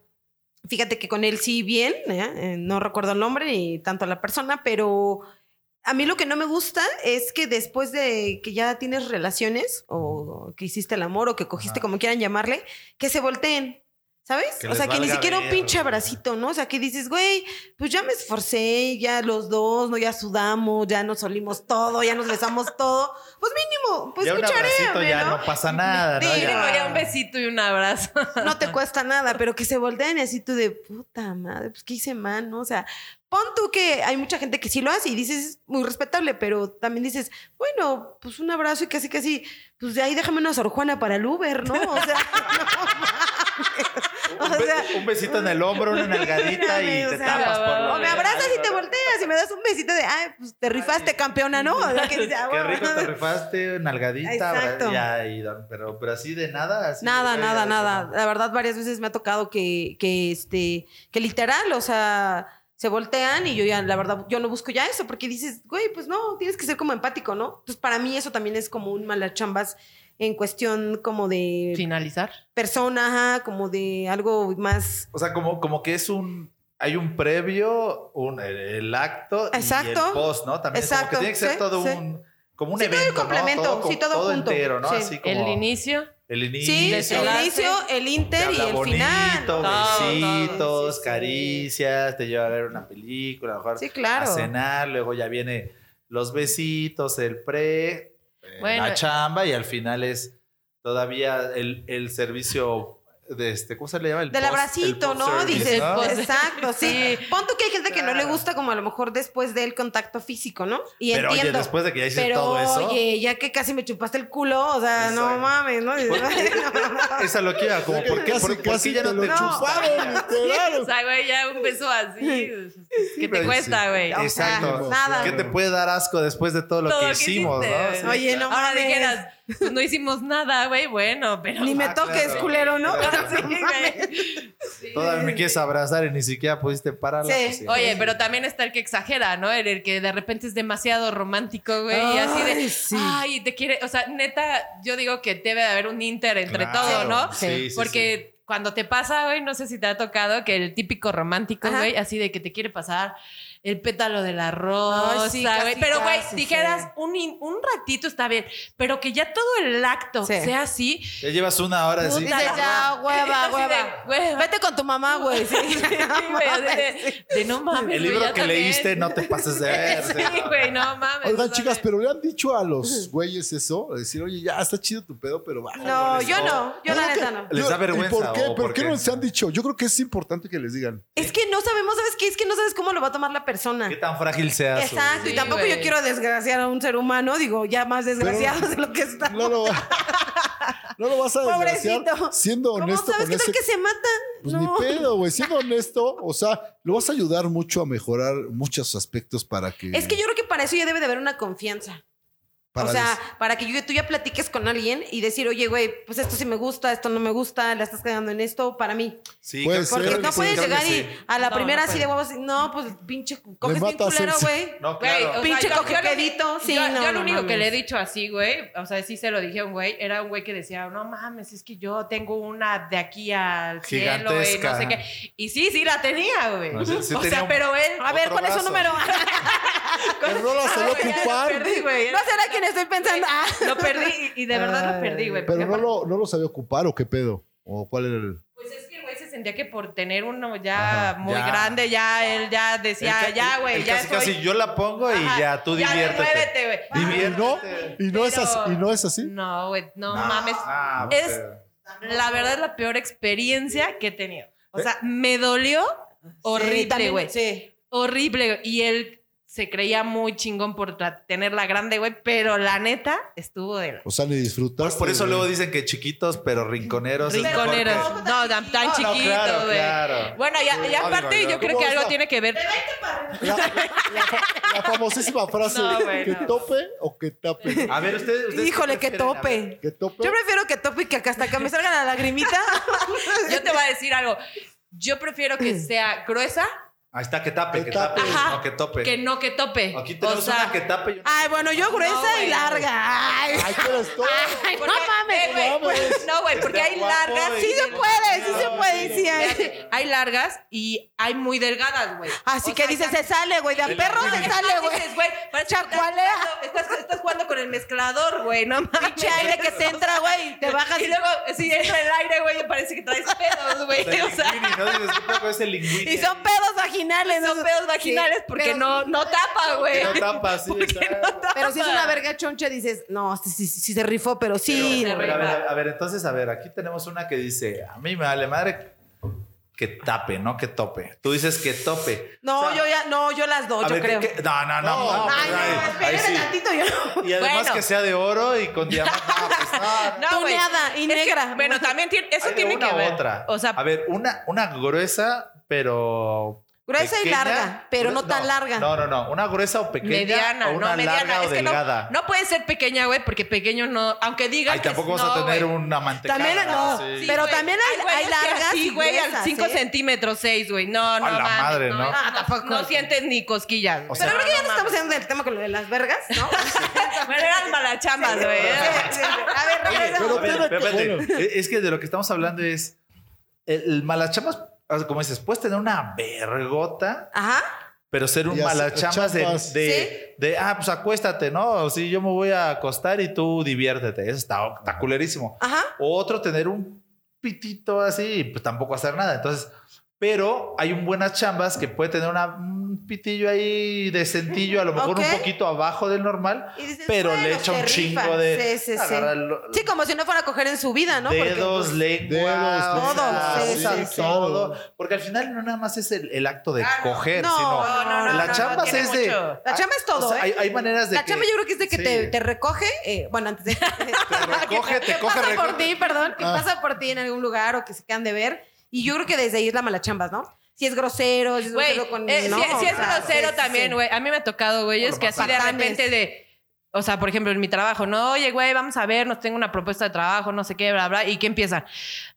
Speaker 11: fíjate que con él sí bien. ¿eh? Eh, No recuerdo el nombre ni tanto la persona, pero a mí lo que no me gusta es que después de que ya tienes relaciones o que hiciste el amor o que cogiste, como quieran llamarle, que se volteen. ¿Sabes?
Speaker 2: Que
Speaker 11: o
Speaker 2: les
Speaker 11: sea, que ni
Speaker 2: valga
Speaker 11: siquiera un
Speaker 2: verga.
Speaker 11: pinche abracito, ¿no? O sea, que dices, güey, pues ya me esforcé, ya los dos, ¿no? Ya sudamos, ya nos olimos todo, ya nos besamos todo. Pues mínimo, pues
Speaker 6: ya un abracito
Speaker 11: cucharéame,
Speaker 6: ya no pasa nada, ¿no?
Speaker 11: Sí,
Speaker 6: Ya.
Speaker 11: digo, ya un
Speaker 3: besito y un abrazo.
Speaker 11: No te cuesta nada, pero que se volteen y así tú de puta madre, pues qué hice mal, ¿no? O sea, pon tú que hay mucha gente que sí lo hace y dices, "Es muy respetable, pero también dices, bueno, pues un abrazo y casi, casi, pues de ahí déjame una Sor Juana para el Uber, ¿no? O sea,
Speaker 6: Un, be- un besito en el hombro, una nalgadita y
Speaker 11: o
Speaker 6: te
Speaker 11: sea,
Speaker 6: tapas por lo
Speaker 11: o me
Speaker 6: de-
Speaker 11: abrazas y te volteas y me das un besito de, ay, pues te rifaste, campeona, ¿no? O sea, que dices, "Ah,
Speaker 6: Qué
Speaker 11: bueno".
Speaker 6: rico te rifaste, nalgadita, abra-
Speaker 11: Exacto.
Speaker 6: ya, y don- pero, pero así de nada. así
Speaker 11: Nada,
Speaker 6: de-
Speaker 11: nada, nada. La verdad, varias veces me ha tocado que, que, este, que literal, o sea, se voltean y yo ya, la verdad, yo no busco ya eso porque dices, güey, pues no, tienes que ser como empático, ¿no? Entonces, para mí eso también es como un malachambas en cuestión como de...
Speaker 3: Finalizar.
Speaker 11: Persona, ajá, como de algo más...
Speaker 6: O sea, como, como que es un. Hay un previo, un, el, el acto y
Speaker 11: Exacto.
Speaker 6: el post, ¿no? También es como
Speaker 11: Exacto,
Speaker 6: que tiene que ser
Speaker 11: sí,
Speaker 6: todo
Speaker 11: sí.
Speaker 6: un. Como un
Speaker 11: Sí, todo el
Speaker 6: evento. ¿no?
Speaker 11: complemento,
Speaker 6: co-
Speaker 11: sí, todo junto,
Speaker 6: entero, ¿no?
Speaker 11: sí.
Speaker 6: Así como
Speaker 3: El inicio.
Speaker 6: El inicio.
Speaker 11: Sí, el inicio, el
Speaker 6: Te
Speaker 11: inter y
Speaker 6: habla
Speaker 11: el
Speaker 6: bonito,
Speaker 11: final.
Speaker 6: besitos, caricias, te lleva a ver una película, a, lo mejor
Speaker 11: Sí, claro.
Speaker 6: a cenar, luego ya viene los besitos, el pre, eh,
Speaker 3: Bueno.
Speaker 6: la chamba y al final es todavía el, el servicio de este, ¿cómo se le llama? El
Speaker 11: Del
Speaker 6: post-
Speaker 11: abracito,
Speaker 6: el post
Speaker 11: ¿no?
Speaker 6: service,
Speaker 11: Dices, pues,
Speaker 6: ¿no?
Speaker 3: pues,
Speaker 11: exacto, sí. Pon tú que hay gente que no le gusta como a lo mejor después del contacto físico, ¿no? Y
Speaker 6: Pero, oye,
Speaker 11: entiendo.
Speaker 6: después de que ya hiciste
Speaker 11: Pero,
Speaker 6: todo eso.
Speaker 11: Oye, ya que casi me chupaste el culo, o sea, no mames, ¿no?
Speaker 6: Esa lo que iba, como, ¿por qué, por- por qué ya no te chupas?
Speaker 3: O sea, güey, ya un beso así. ¿Qué te
Speaker 6: Sí,
Speaker 3: cuesta, güey? O sea,
Speaker 6: Exacto.
Speaker 3: nada.
Speaker 6: ¿Qué te puede dar asco después de todo lo
Speaker 3: Todo
Speaker 6: que
Speaker 3: lo que
Speaker 6: hicimos,
Speaker 3: hiciste,
Speaker 6: no? Sí,
Speaker 3: güey.
Speaker 11: Oye, no
Speaker 3: Ahora
Speaker 11: mames.
Speaker 3: dijeras, pues no hicimos nada, güey, bueno, pero.
Speaker 11: Ni me
Speaker 3: Ah,
Speaker 11: toques,
Speaker 3: claro.
Speaker 11: culero, ¿no?
Speaker 3: Claro. Sí, güey.
Speaker 6: Todavía me quieres abrazar y ni siquiera pudiste pararla. pues
Speaker 3: Sí. Oye, pero también está el que exagera, ¿no? El, el que de repente es demasiado romántico, güey, y así de,
Speaker 11: Ay, sí.
Speaker 3: ay, te quiere, o sea, neta, yo digo que debe de haber un inter entre
Speaker 6: Claro,
Speaker 3: todo, ¿no?
Speaker 6: sí, sí, sí.
Speaker 3: Porque cuando te pasa, güey, no sé si te ha tocado que el típico romántico,
Speaker 11: Ajá.
Speaker 3: güey, así de que te quiere pasar el pétalo de la rosa,
Speaker 11: Ay, sí,
Speaker 3: güey.
Speaker 11: casi,
Speaker 3: Pero, güey,
Speaker 11: casi,
Speaker 3: dijeras
Speaker 11: sí.
Speaker 3: un, in- un ratito está bien, pero que ya todo el acto
Speaker 11: Sí.
Speaker 3: sea así,
Speaker 6: Ya llevas una hora así.
Speaker 11: Dices, ya, hueva,
Speaker 3: Así de,
Speaker 11: hueva. Vete con tu mamá, güey. Sí,
Speaker 3: Sí, güey, así de, de no mames.
Speaker 6: El
Speaker 3: güey,
Speaker 6: libro
Speaker 3: Pues ya
Speaker 6: que
Speaker 3: también.
Speaker 6: leíste no te pases de ver.
Speaker 3: Sí, güey, no mames.
Speaker 10: Oigan, chicas, pero le han dicho a los güeyes eso, decir, oye, ya está chido tu pedo, pero baja.
Speaker 11: No, yo no, yo la neta no.
Speaker 6: ¿Les da vergüenza
Speaker 10: ¿Por qué?
Speaker 6: o por
Speaker 10: ¿Por qué
Speaker 6: qué?
Speaker 10: no se han dicho? Yo creo que es importante que les digan.
Speaker 11: Es que no sabemos, ¿sabes qué? Es que no sabes cómo lo va a tomar la persona.
Speaker 6: Qué tan frágil seas. güey.
Speaker 11: Exacto, y tampoco yo
Speaker 3: güey.
Speaker 11: quiero desgraciar a un ser humano, digo, ya más desgraciado
Speaker 10: Pero-
Speaker 11: de lo que está.
Speaker 10: No lo, no lo vas a desgraciar
Speaker 11: Pobrecito.
Speaker 10: siendo
Speaker 11: ¿Cómo
Speaker 10: honesto
Speaker 11: sabes
Speaker 10: con
Speaker 11: que
Speaker 10: ese
Speaker 11: tal que se mata?
Speaker 10: Pues
Speaker 11: no.
Speaker 10: ni pedo, güey. Siendo honesto, o sea, lo vas a ayudar mucho a mejorar muchos aspectos para que.
Speaker 11: Es que yo creo que para eso ya debe de haber una confianza.
Speaker 10: para
Speaker 11: o sea,
Speaker 10: des-
Speaker 11: para que yo- tú ya platiques con alguien y decir, oye, güey, pues esto sí me gusta, esto no me gusta, la estás cagando en esto, para mí.
Speaker 6: Sí,
Speaker 10: Puede
Speaker 6: creo-
Speaker 10: ser,
Speaker 11: Porque
Speaker 6: creo que
Speaker 11: no
Speaker 6: sí,
Speaker 11: puedes
Speaker 6: creo que
Speaker 11: llegar y
Speaker 6: sí.
Speaker 11: a la
Speaker 3: No,
Speaker 11: primera
Speaker 3: no
Speaker 11: así de huevos, no, pues pinche, coges bien
Speaker 10: matas
Speaker 11: culero,
Speaker 10: el-
Speaker 11: güey.
Speaker 6: No,
Speaker 3: Güey,
Speaker 6: claro.
Speaker 3: o sea,
Speaker 11: Pinche
Speaker 3: yo- yo lo-
Speaker 11: coquequedito. Sí,
Speaker 3: yo,
Speaker 11: no,
Speaker 3: yo lo
Speaker 11: no
Speaker 3: único que
Speaker 11: mames.
Speaker 3: le he dicho así, güey, o sea, sí se lo dije a un güey, era un güey que decía, no mames, es que yo tengo una de aquí al cielo y no
Speaker 6: Gigantesca.
Speaker 3: sé qué. Y sí, sí la tenía, güey.
Speaker 6: No, sí- sí
Speaker 3: o
Speaker 6: tenía
Speaker 3: sea,
Speaker 6: un-
Speaker 3: pero él...
Speaker 11: A ver,
Speaker 6: Otro
Speaker 11: ¿cuál es su
Speaker 6: brazo.
Speaker 11: número?
Speaker 10: Pero no la sabía
Speaker 3: Ya lo
Speaker 10: ocupar.
Speaker 3: perdí, güey.
Speaker 11: No será quien estoy pensando. Ah.
Speaker 3: Lo perdí y y de verdad lo perdí, güey.
Speaker 10: Pero
Speaker 3: porque
Speaker 10: no lo, no lo sabía ocupar o qué pedo. O cuál era el.
Speaker 3: Pues es que el güey se sentía que por tener uno ya
Speaker 6: Ajá,
Speaker 3: muy
Speaker 6: ya.
Speaker 3: grande, ya él ya
Speaker 6: El
Speaker 3: decía,
Speaker 6: ca-
Speaker 3: ya,
Speaker 6: el
Speaker 3: güey, ya
Speaker 6: Casi,
Speaker 3: soy-
Speaker 6: casi yo la pongo y
Speaker 3: Ajá,
Speaker 6: ya tú
Speaker 3: ya,
Speaker 6: diviértete.
Speaker 3: muévete, güey.
Speaker 10: Y no, y no es así. Y no es así.
Speaker 3: No, güey, no,
Speaker 6: Ah,
Speaker 3: mames.
Speaker 6: ah,
Speaker 3: es
Speaker 6: pero-
Speaker 3: la verdad es la peor experiencia que he tenido. O sea, me dolió
Speaker 11: Sí,
Speaker 3: horrible,
Speaker 11: también,
Speaker 3: güey.
Speaker 11: Sí.
Speaker 3: Horrible. güey. Y el se creía muy chingón por tra- tenerla grande, güey, pero la neta estuvo de la...
Speaker 10: O sea, ni disfrutas.
Speaker 6: Pues Por eso luego dicen que chiquitos, pero rinconeros. es
Speaker 3: Rinconeros.
Speaker 6: porque-
Speaker 3: No, tan, tan
Speaker 6: No, no,
Speaker 3: chiquito, güey.
Speaker 6: claro, claro.
Speaker 3: Bueno, ya,
Speaker 6: Sí.
Speaker 3: ya aparte
Speaker 6: Ay, no,
Speaker 3: yo
Speaker 6: no.
Speaker 3: creo
Speaker 6: ¿Cómo
Speaker 3: que algo
Speaker 6: está?
Speaker 3: tiene que ver...
Speaker 10: La famosísima frase
Speaker 3: No, güey,
Speaker 10: que
Speaker 3: no.
Speaker 10: tope o que tape.
Speaker 6: A ver, ustedes. ustedes
Speaker 11: Híjole,
Speaker 6: qué
Speaker 11: que
Speaker 6: prefieren, a ver.
Speaker 11: tope.
Speaker 10: Que tope.
Speaker 11: Yo prefiero que tope y que hasta que me salga la lagrimita.
Speaker 3: Yo te voy a decir algo. Yo prefiero que sea gruesa
Speaker 6: Ahí está, que tape, que tape. No, que tope.
Speaker 3: que no que tope.
Speaker 6: Aquí tenemos una que tape y una-
Speaker 11: Ay, bueno, yo gruesa
Speaker 3: No,
Speaker 11: y
Speaker 3: güey.
Speaker 11: larga. Ay,
Speaker 10: Ay, tú eres todo.
Speaker 11: Ay, no
Speaker 3: Porque-
Speaker 11: mames.
Speaker 3: eh, güey,
Speaker 11: pues,
Speaker 10: mames.
Speaker 3: No, güey, porque hay
Speaker 6: Guapo
Speaker 3: largas.
Speaker 6: y-
Speaker 11: Sí se puede, sí se puede. sí hay.
Speaker 3: Fíjate, hay largas y hay muy delgadas, güey.
Speaker 11: Así
Speaker 3: O
Speaker 11: que
Speaker 3: sea,
Speaker 11: dices,
Speaker 3: ya-
Speaker 11: se sale, güey. De a
Speaker 6: El
Speaker 11: perro se
Speaker 6: artífice.
Speaker 11: sale, güey.
Speaker 3: Dices, güey, parece que estás
Speaker 11: Chacualea.
Speaker 3: jugando- Estás, estás jugando con el mezclador, güey, no mames.
Speaker 11: Pinche aire que te entra, güey. y Te bajas.
Speaker 3: Y luego, si entra el aire, güey, parece que traes pedos, güey.
Speaker 6: El
Speaker 3: O sea,
Speaker 6: linguini, ¿no? Dices, ¿qué poco es el linguini?
Speaker 11: Y son pedos vaginales.
Speaker 3: son
Speaker 11: ¿no?
Speaker 3: pedos vaginales
Speaker 11: Sí,
Speaker 3: porque
Speaker 11: pero-
Speaker 3: no, no tapa, güey.
Speaker 6: No tapa, sí, está-
Speaker 11: Pero si es una verga choncha, dices, no, este sí, sí, sí se rifó, pero sí.
Speaker 6: A
Speaker 3: Pero-
Speaker 6: ver, a ver, a ver, entonces, a ver, aquí tenemos una que dice, a mí me vale madre que tape, no que tope. Tú dices que tope.
Speaker 11: no,
Speaker 6: O sea,
Speaker 11: yo ya, no, yo las doy,
Speaker 6: a
Speaker 11: yo
Speaker 6: ver,
Speaker 11: creo.
Speaker 6: ¿qué- qué- No, no, no. no,
Speaker 11: Ay,
Speaker 6: pues, ahí-
Speaker 11: no,
Speaker 6: ahí
Speaker 11: espérame
Speaker 6: sí.
Speaker 11: tantito, yo no.
Speaker 6: Y además
Speaker 3: Bueno.
Speaker 6: que sea de oro y con diamantes. No, pues, no, no.
Speaker 3: No, güey.
Speaker 11: Tuneada y
Speaker 3: Es que,
Speaker 11: negra.
Speaker 3: bueno, también tiene, eso
Speaker 6: Hay de
Speaker 3: tiene
Speaker 6: una
Speaker 3: que
Speaker 6: u
Speaker 3: ver.
Speaker 6: Otra.
Speaker 3: O sea,
Speaker 6: a ver, una, una gruesa, pero.
Speaker 11: Gruesa y
Speaker 6: pequeña.
Speaker 11: larga, pero no tan larga.
Speaker 6: No, no, no. Una gruesa o pequeña.
Speaker 3: mediana,
Speaker 6: o una
Speaker 3: no, mediana.
Speaker 6: larga o
Speaker 3: es que
Speaker 6: delgada.
Speaker 3: no, no puede ser pequeña, güey, porque pequeño no, aunque digan
Speaker 6: Ay,
Speaker 3: que
Speaker 6: tampoco
Speaker 3: es-
Speaker 6: vas a
Speaker 3: no,
Speaker 6: tener
Speaker 3: güey.
Speaker 6: una mantecada.
Speaker 11: También, no,
Speaker 6: sí.
Speaker 11: pero
Speaker 3: güey.
Speaker 11: también hay- hay
Speaker 3: güeyes que
Speaker 11: largas
Speaker 3: así,
Speaker 11: y
Speaker 3: güey,
Speaker 11: gruesas,
Speaker 3: 5
Speaker 11: ¿eh?
Speaker 3: centímetros 6, güey. No, no,
Speaker 6: la
Speaker 3: mames,
Speaker 6: madre, ¿no?
Speaker 3: No,
Speaker 6: Ah,
Speaker 11: tampoco.
Speaker 3: no sientes ni cosquillas.
Speaker 6: O
Speaker 3: O
Speaker 6: sea,
Speaker 3: sea,
Speaker 11: Pero creo que ya no estamos en el tema con lo de las vergas, ¿no?
Speaker 3: bueno, eran malachambas, güey.
Speaker 11: Sí, sí, sí. A ver,
Speaker 6: Pero,
Speaker 11: regresamos.
Speaker 6: espérate, espérate. Es que de lo que estamos hablando es. El, el malachamas, o sea, como dices, puedes tener una vergota,
Speaker 11: Ajá.
Speaker 6: pero ser un
Speaker 10: Y hacer
Speaker 6: malachamas de,
Speaker 10: chambas.
Speaker 6: de, de, ah, pues acuéstate, ¿no? Sí, yo me voy a acostar y tú diviértete. Eso está, está culerísimo.
Speaker 11: Ajá.
Speaker 6: Otro, tener un pitito así y pues tampoco hacer nada. Entonces, pero hay un buenas chambas que puede tener una, un pitillo ahí decentillo, a lo
Speaker 11: Ok.
Speaker 6: mejor un poquito abajo del normal,
Speaker 11: Y dices,
Speaker 6: pero
Speaker 11: bueno,
Speaker 6: le echa un
Speaker 11: se
Speaker 6: chingo
Speaker 11: rifa.
Speaker 6: de.
Speaker 11: Sí, sí, sí.
Speaker 6: agarra lo-
Speaker 11: Sí, como si no fuera a coger en su vida, ¿no? Porque,
Speaker 6: dedos,
Speaker 11: pues,
Speaker 6: lengua,
Speaker 10: Dedos,
Speaker 6: o sea,
Speaker 11: dedos, sí,
Speaker 6: usan
Speaker 11: sí, sí.
Speaker 6: todo. Porque al final no nada más es el, el acto de coger,
Speaker 11: No,
Speaker 6: sino
Speaker 11: no, no, no,
Speaker 6: la
Speaker 11: no,
Speaker 6: chamba
Speaker 3: tiene
Speaker 6: es de
Speaker 3: mucho.
Speaker 11: La chamba es todo,
Speaker 6: o sea,
Speaker 11: ¿eh?
Speaker 6: hay, hay maneras de
Speaker 11: la
Speaker 6: que
Speaker 11: chamba yo creo que es de que
Speaker 6: sí.
Speaker 11: te, te recoge, eh, bueno, antes de...
Speaker 6: te recoge, te
Speaker 11: que
Speaker 6: coge,
Speaker 11: pasa por
Speaker 6: recoge.
Speaker 11: ti, perdón, que
Speaker 10: Ah.
Speaker 11: pasa por ti en algún lugar o que se quedan de ver. Y yo creo que desde ahí es la mala chamba, ¿no? Si es grosero, si es
Speaker 3: Güey,
Speaker 11: Pues grosero con...
Speaker 3: eh,
Speaker 11: no,
Speaker 3: si, si
Speaker 11: o
Speaker 3: es
Speaker 11: sea,
Speaker 3: grosero
Speaker 11: sí, sí,
Speaker 3: también,
Speaker 11: sí.
Speaker 3: güey. A mí me ha tocado, güey, es que así de
Speaker 11: Patanes.
Speaker 3: repente de... O sea, por ejemplo, en mi trabajo, no, oye, güey, vamos a ver, nos tengo una propuesta de trabajo, no sé qué, bla, bla. ¿Y qué empiezan?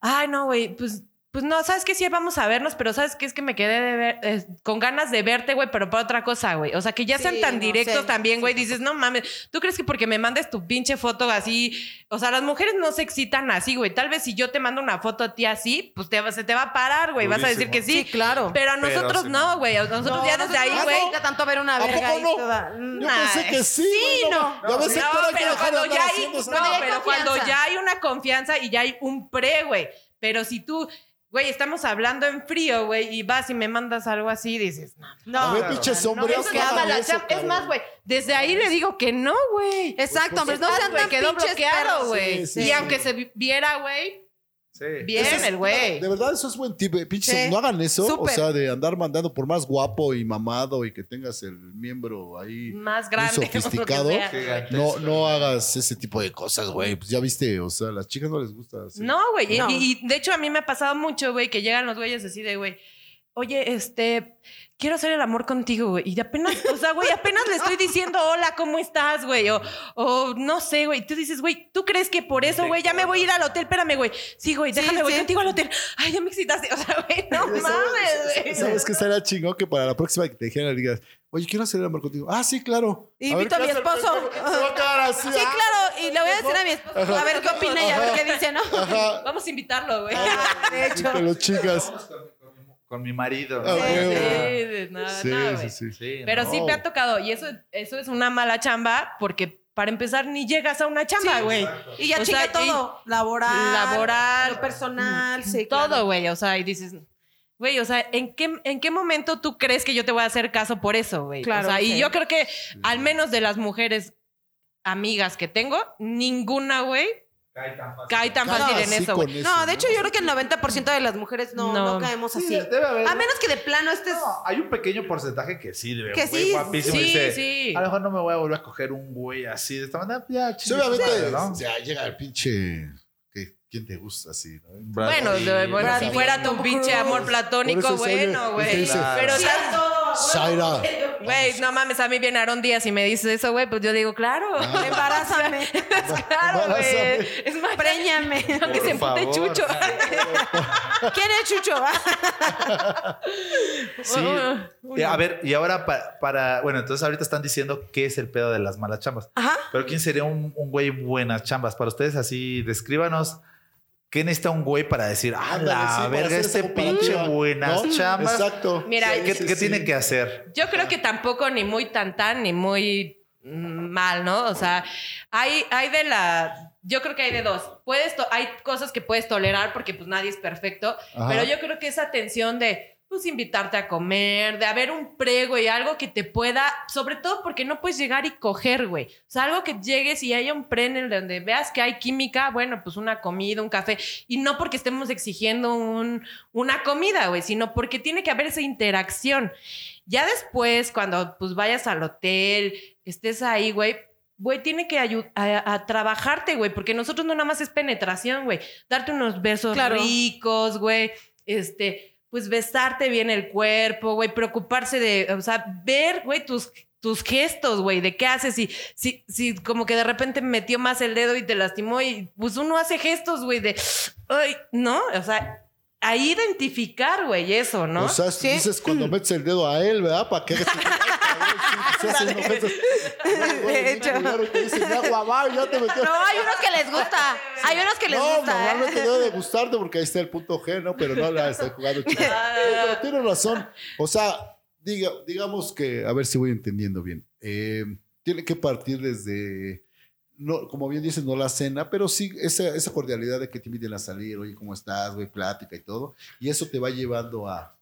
Speaker 3: Ay, no, güey, pues... Pues no, sabes que sí, vamos a vernos, pero sabes que es que me quedé de ver- eh, con ganas de verte, güey, pero para otra cosa, güey. O sea, que ya sean
Speaker 11: Sí,
Speaker 3: tan
Speaker 11: no,
Speaker 3: directos
Speaker 11: sí,
Speaker 3: también, güey. Dices, no mames, ¿tú crees que porque me mandes tu pinche foto así? O sea, las mujeres no se excitan así, güey. Tal vez si yo te mando una foto a ti así, pues te, va- se te va a parar, güey. Vas a decir
Speaker 6: Durísimo.
Speaker 3: que sí.
Speaker 11: Sí, claro.
Speaker 3: Pero a
Speaker 6: Pero
Speaker 3: nosotros
Speaker 6: sí,
Speaker 3: no, güey. A Nosotros ya desde ahí,
Speaker 11: no
Speaker 3: güey.
Speaker 11: nos gusta tanto ver una
Speaker 10: ¿A
Speaker 11: verga
Speaker 10: poco
Speaker 11: ahí
Speaker 10: no?
Speaker 11: toda.
Speaker 10: Yo
Speaker 11: Nah,
Speaker 10: pensé que sí. güey,
Speaker 11: no.
Speaker 10: Ya ves que
Speaker 3: Ah, No,
Speaker 10: ahora hay que
Speaker 3: pero
Speaker 10: dejar de
Speaker 3: cuando
Speaker 10: andar
Speaker 3: ya hay,
Speaker 10: haciendo esa
Speaker 3: no,
Speaker 10: madre.
Speaker 3: pero cuando
Speaker 11: confianza.
Speaker 3: ya hay una confianza y ya hay un pre, güey. Pero si tú, güey, estamos hablando en frío, güey, y vas y me mandas algo así, dices, no,
Speaker 11: No.
Speaker 10: A ver,
Speaker 6: claro.
Speaker 10: pinches
Speaker 3: no,
Speaker 10: hombres.
Speaker 3: eso
Speaker 11: que
Speaker 3: no
Speaker 10: hagan
Speaker 11: ama
Speaker 3: va a la
Speaker 10: eso,
Speaker 3: chapa. es
Speaker 10: cabrón.
Speaker 3: más, güey, desde ahí le digo que no, güey.
Speaker 11: Exacto, hombres, no sean
Speaker 3: güey,
Speaker 11: tan
Speaker 3: quedó
Speaker 11: pinches
Speaker 3: bloqueado,
Speaker 11: perros.
Speaker 3: güey.
Speaker 10: Sí, sí,
Speaker 3: y
Speaker 10: sí.
Speaker 3: aunque se vi- viera, güey,
Speaker 6: Sí.
Speaker 3: bien
Speaker 10: Eso es-
Speaker 3: el güey.
Speaker 10: De verdad, eso es buen tip. eh. Pinches,
Speaker 11: Sí.
Speaker 10: no hagan eso. O
Speaker 11: Súper.
Speaker 10: sea, de andar mandando por más guapo y mamado y que tengas el miembro ahí.
Speaker 11: Mm,
Speaker 3: Más grande. o lo que
Speaker 10: sofisticado.
Speaker 3: sea.
Speaker 6: pues,
Speaker 10: No, no hagas ese tipo de cosas, güey. Pues ya viste, o sea, a las chicas no les gusta. así.
Speaker 3: No, güey. y-
Speaker 11: No.
Speaker 3: Y, y de hecho, a mí me ha pasado mucho, güey, que llegan los güeyes así de, güey, oye, este, quiero hacer el amor contigo, güey. Y apenas, o sea, güey, apenas le estoy diciendo, hola, ¿cómo estás, güey? O, o no sé, güey. Tú dices, güey, ¿tú crees que por eso, güey, ya me voy a ir al hotel? Espérame, güey. Sí, güey, déjame, voy
Speaker 11: sí.
Speaker 3: contigo al hotel. Ay, ya me excitaste. O sea, güey, no
Speaker 10: ¿Sabes-
Speaker 3: mames, güey.
Speaker 10: ¿Sabes que estaría chingón que para la próxima que te dijeran, le digas, oye, quiero hacer el amor contigo? Ah, sí, claro.
Speaker 11: Y invito a mi esposo. Sí,
Speaker 6: ah.
Speaker 10: ah.
Speaker 11: claro, y le voy a decir a mi esposo, a ver qué opina y a ver qué dice, ¿no?
Speaker 10: Ajá.
Speaker 3: Vamos a invitarlo, güey.
Speaker 10: Ah,
Speaker 11: Ah, De
Speaker 10: Y
Speaker 11: hecho.
Speaker 10: te lo chingas.
Speaker 6: Con mi marido. ¿no?
Speaker 10: Ah, güey.
Speaker 6: Sí,
Speaker 3: Sí, no,
Speaker 11: Ah,
Speaker 10: Sí,
Speaker 3: no, güey.
Speaker 10: sí, sí.
Speaker 6: sí,
Speaker 3: Pero
Speaker 6: no.
Speaker 3: sí me ha tocado. Y eso, eso es una mala chamba porque para empezar ni llegas a una chamba, güey.
Speaker 11: Y ya
Speaker 3: O
Speaker 11: chinga
Speaker 3: sea,
Speaker 11: todo. Laboral.
Speaker 3: laboral, mm,
Speaker 11: lo personal, sí,
Speaker 3: todo,
Speaker 11: claro.
Speaker 3: güey. O sea, y dices, güey, o sea, ¿en qué, ¿en qué momento tú crees que yo te voy a hacer caso por eso, güey?
Speaker 11: Claro,
Speaker 3: o sea,
Speaker 11: sí.
Speaker 3: y yo creo que al menos de las mujeres amigas que tengo, ninguna, güey,
Speaker 11: cae tan fácil
Speaker 3: Ah,
Speaker 11: en
Speaker 3: sí,
Speaker 11: eso,
Speaker 3: con
Speaker 11: güey.
Speaker 3: eso,
Speaker 11: No, de hecho yo creo que el 90% de las mujeres no, no.
Speaker 6: No.
Speaker 11: caemos
Speaker 6: Sí,
Speaker 11: así.
Speaker 6: debe haber.
Speaker 11: a menos que de plano estés...
Speaker 6: Hay un pequeño porcentaje que sí, de
Speaker 11: Que
Speaker 6: güey
Speaker 11: sí,
Speaker 6: guapísimo.
Speaker 11: sí,
Speaker 6: dice,
Speaker 11: sí.
Speaker 10: "Ah,
Speaker 6: A lo mejor no me voy a volver a coger un güey así de esta manera. Ya,
Speaker 10: Sí,
Speaker 6: chingue su madre,
Speaker 10: obviamente,
Speaker 6: ¿no?
Speaker 10: ya llega el pinche. ¿qué? ¿Quién te gusta así? no? Brad
Speaker 3: Bueno,
Speaker 10: Pitt,
Speaker 3: de- bueno,
Speaker 10: Brad
Speaker 3: si
Speaker 10: Pitt.
Speaker 3: fuera tu pinche amor
Speaker 10: Por
Speaker 3: platónico,
Speaker 10: eso sale
Speaker 3: bueno,
Speaker 10: el que
Speaker 3: güey.
Speaker 10: dice,
Speaker 3: Pero
Speaker 10: Sí,
Speaker 3: sabes todo.
Speaker 10: Zaira.
Speaker 3: Güey, no mames, a mí viene Aaron Díaz y me dice eso, güey, pues yo digo, claro.
Speaker 11: Embarázame.
Speaker 3: claro, güey.
Speaker 11: Embarázame.
Speaker 3: Es más,
Speaker 11: Préñame.
Speaker 3: aunque se empute Chucho.
Speaker 11: ¿Quién es Chucho? Ah.
Speaker 6: Sí. Eh, a ver, y ahora pa- para. Bueno, entonces ahorita están diciendo qué es el pedo de las malas chambas.
Speaker 11: Ajá.
Speaker 6: Pero ¿quién sería un, un güey buenas chambas? Para ustedes, así, descríbanos. ¿Qué necesita un güey para decir, ah,
Speaker 10: Ándale, sí,
Speaker 6: la
Speaker 10: para
Speaker 6: verga,
Speaker 10: hacer esa
Speaker 6: este pinche
Speaker 10: comparativa,
Speaker 6: buenas
Speaker 10: ¿no?
Speaker 6: chambas?
Speaker 10: Exacto.
Speaker 3: Mira,
Speaker 6: ¿qué,
Speaker 3: sí,
Speaker 6: qué
Speaker 3: sí.
Speaker 6: tiene que hacer?
Speaker 3: Yo creo que tampoco ni muy tan tan ni muy mm, mal, ¿no? O sea, hay, hay de la. Yo creo que hay de dos. Puedes to- hay cosas que puedes tolerar porque pues nadie es perfecto,
Speaker 12: Ajá.
Speaker 3: pero yo creo que esa tensión de pues invitarte a comer, de haber un prego y algo que te pueda, sobre todo porque no puedes llegar y coger, güey. O sea, algo que llegues y haya un pre en el donde veas que hay química, bueno, pues una comida, un café, y no porque estemos exigiendo un, una comida, güey, sino porque tiene que haber esa interacción. Ya después, cuando pues vayas al hotel, estés ahí, güey, güey, tiene que ayudar a, a trabajarte, güey, porque nosotros no nada más es penetración, güey. Darte unos besos
Speaker 11: Claro.
Speaker 3: ricos, güey, este, pues besarte bien el cuerpo, güey, preocuparse de, o sea, ver, güey, tus tus gestos, güey, de qué haces y si, si como que de repente metió más el dedo y te lastimó y pues uno hace gestos, güey, de, ay, ¿no? O sea, ahí identificar, güey, eso, ¿no?
Speaker 10: O sea, dices cuando metes el dedo a él, ¿verdad? Para que hagas- se hacen ofensas.
Speaker 11: De hecho.
Speaker 10: Dicen, ya, guau, ya te metió.
Speaker 11: No, hay unos que les gusta. Hay unos que les
Speaker 10: no,
Speaker 11: gusta. ¿eh?
Speaker 10: normalmente debe de gustarte porque ahí está el punto G, ¿no? Pero no la estoy jugando. chido. No, pero tienes razón. O sea, diga, digamos que, a ver si voy entendiendo bien. Eh, tiene que partir desde, no, como bien dices, no la cena, pero sí esa, esa cordialidad de que te inviten a salir, oye, ¿cómo estás? Güey, plática y todo. Y eso te va llevando a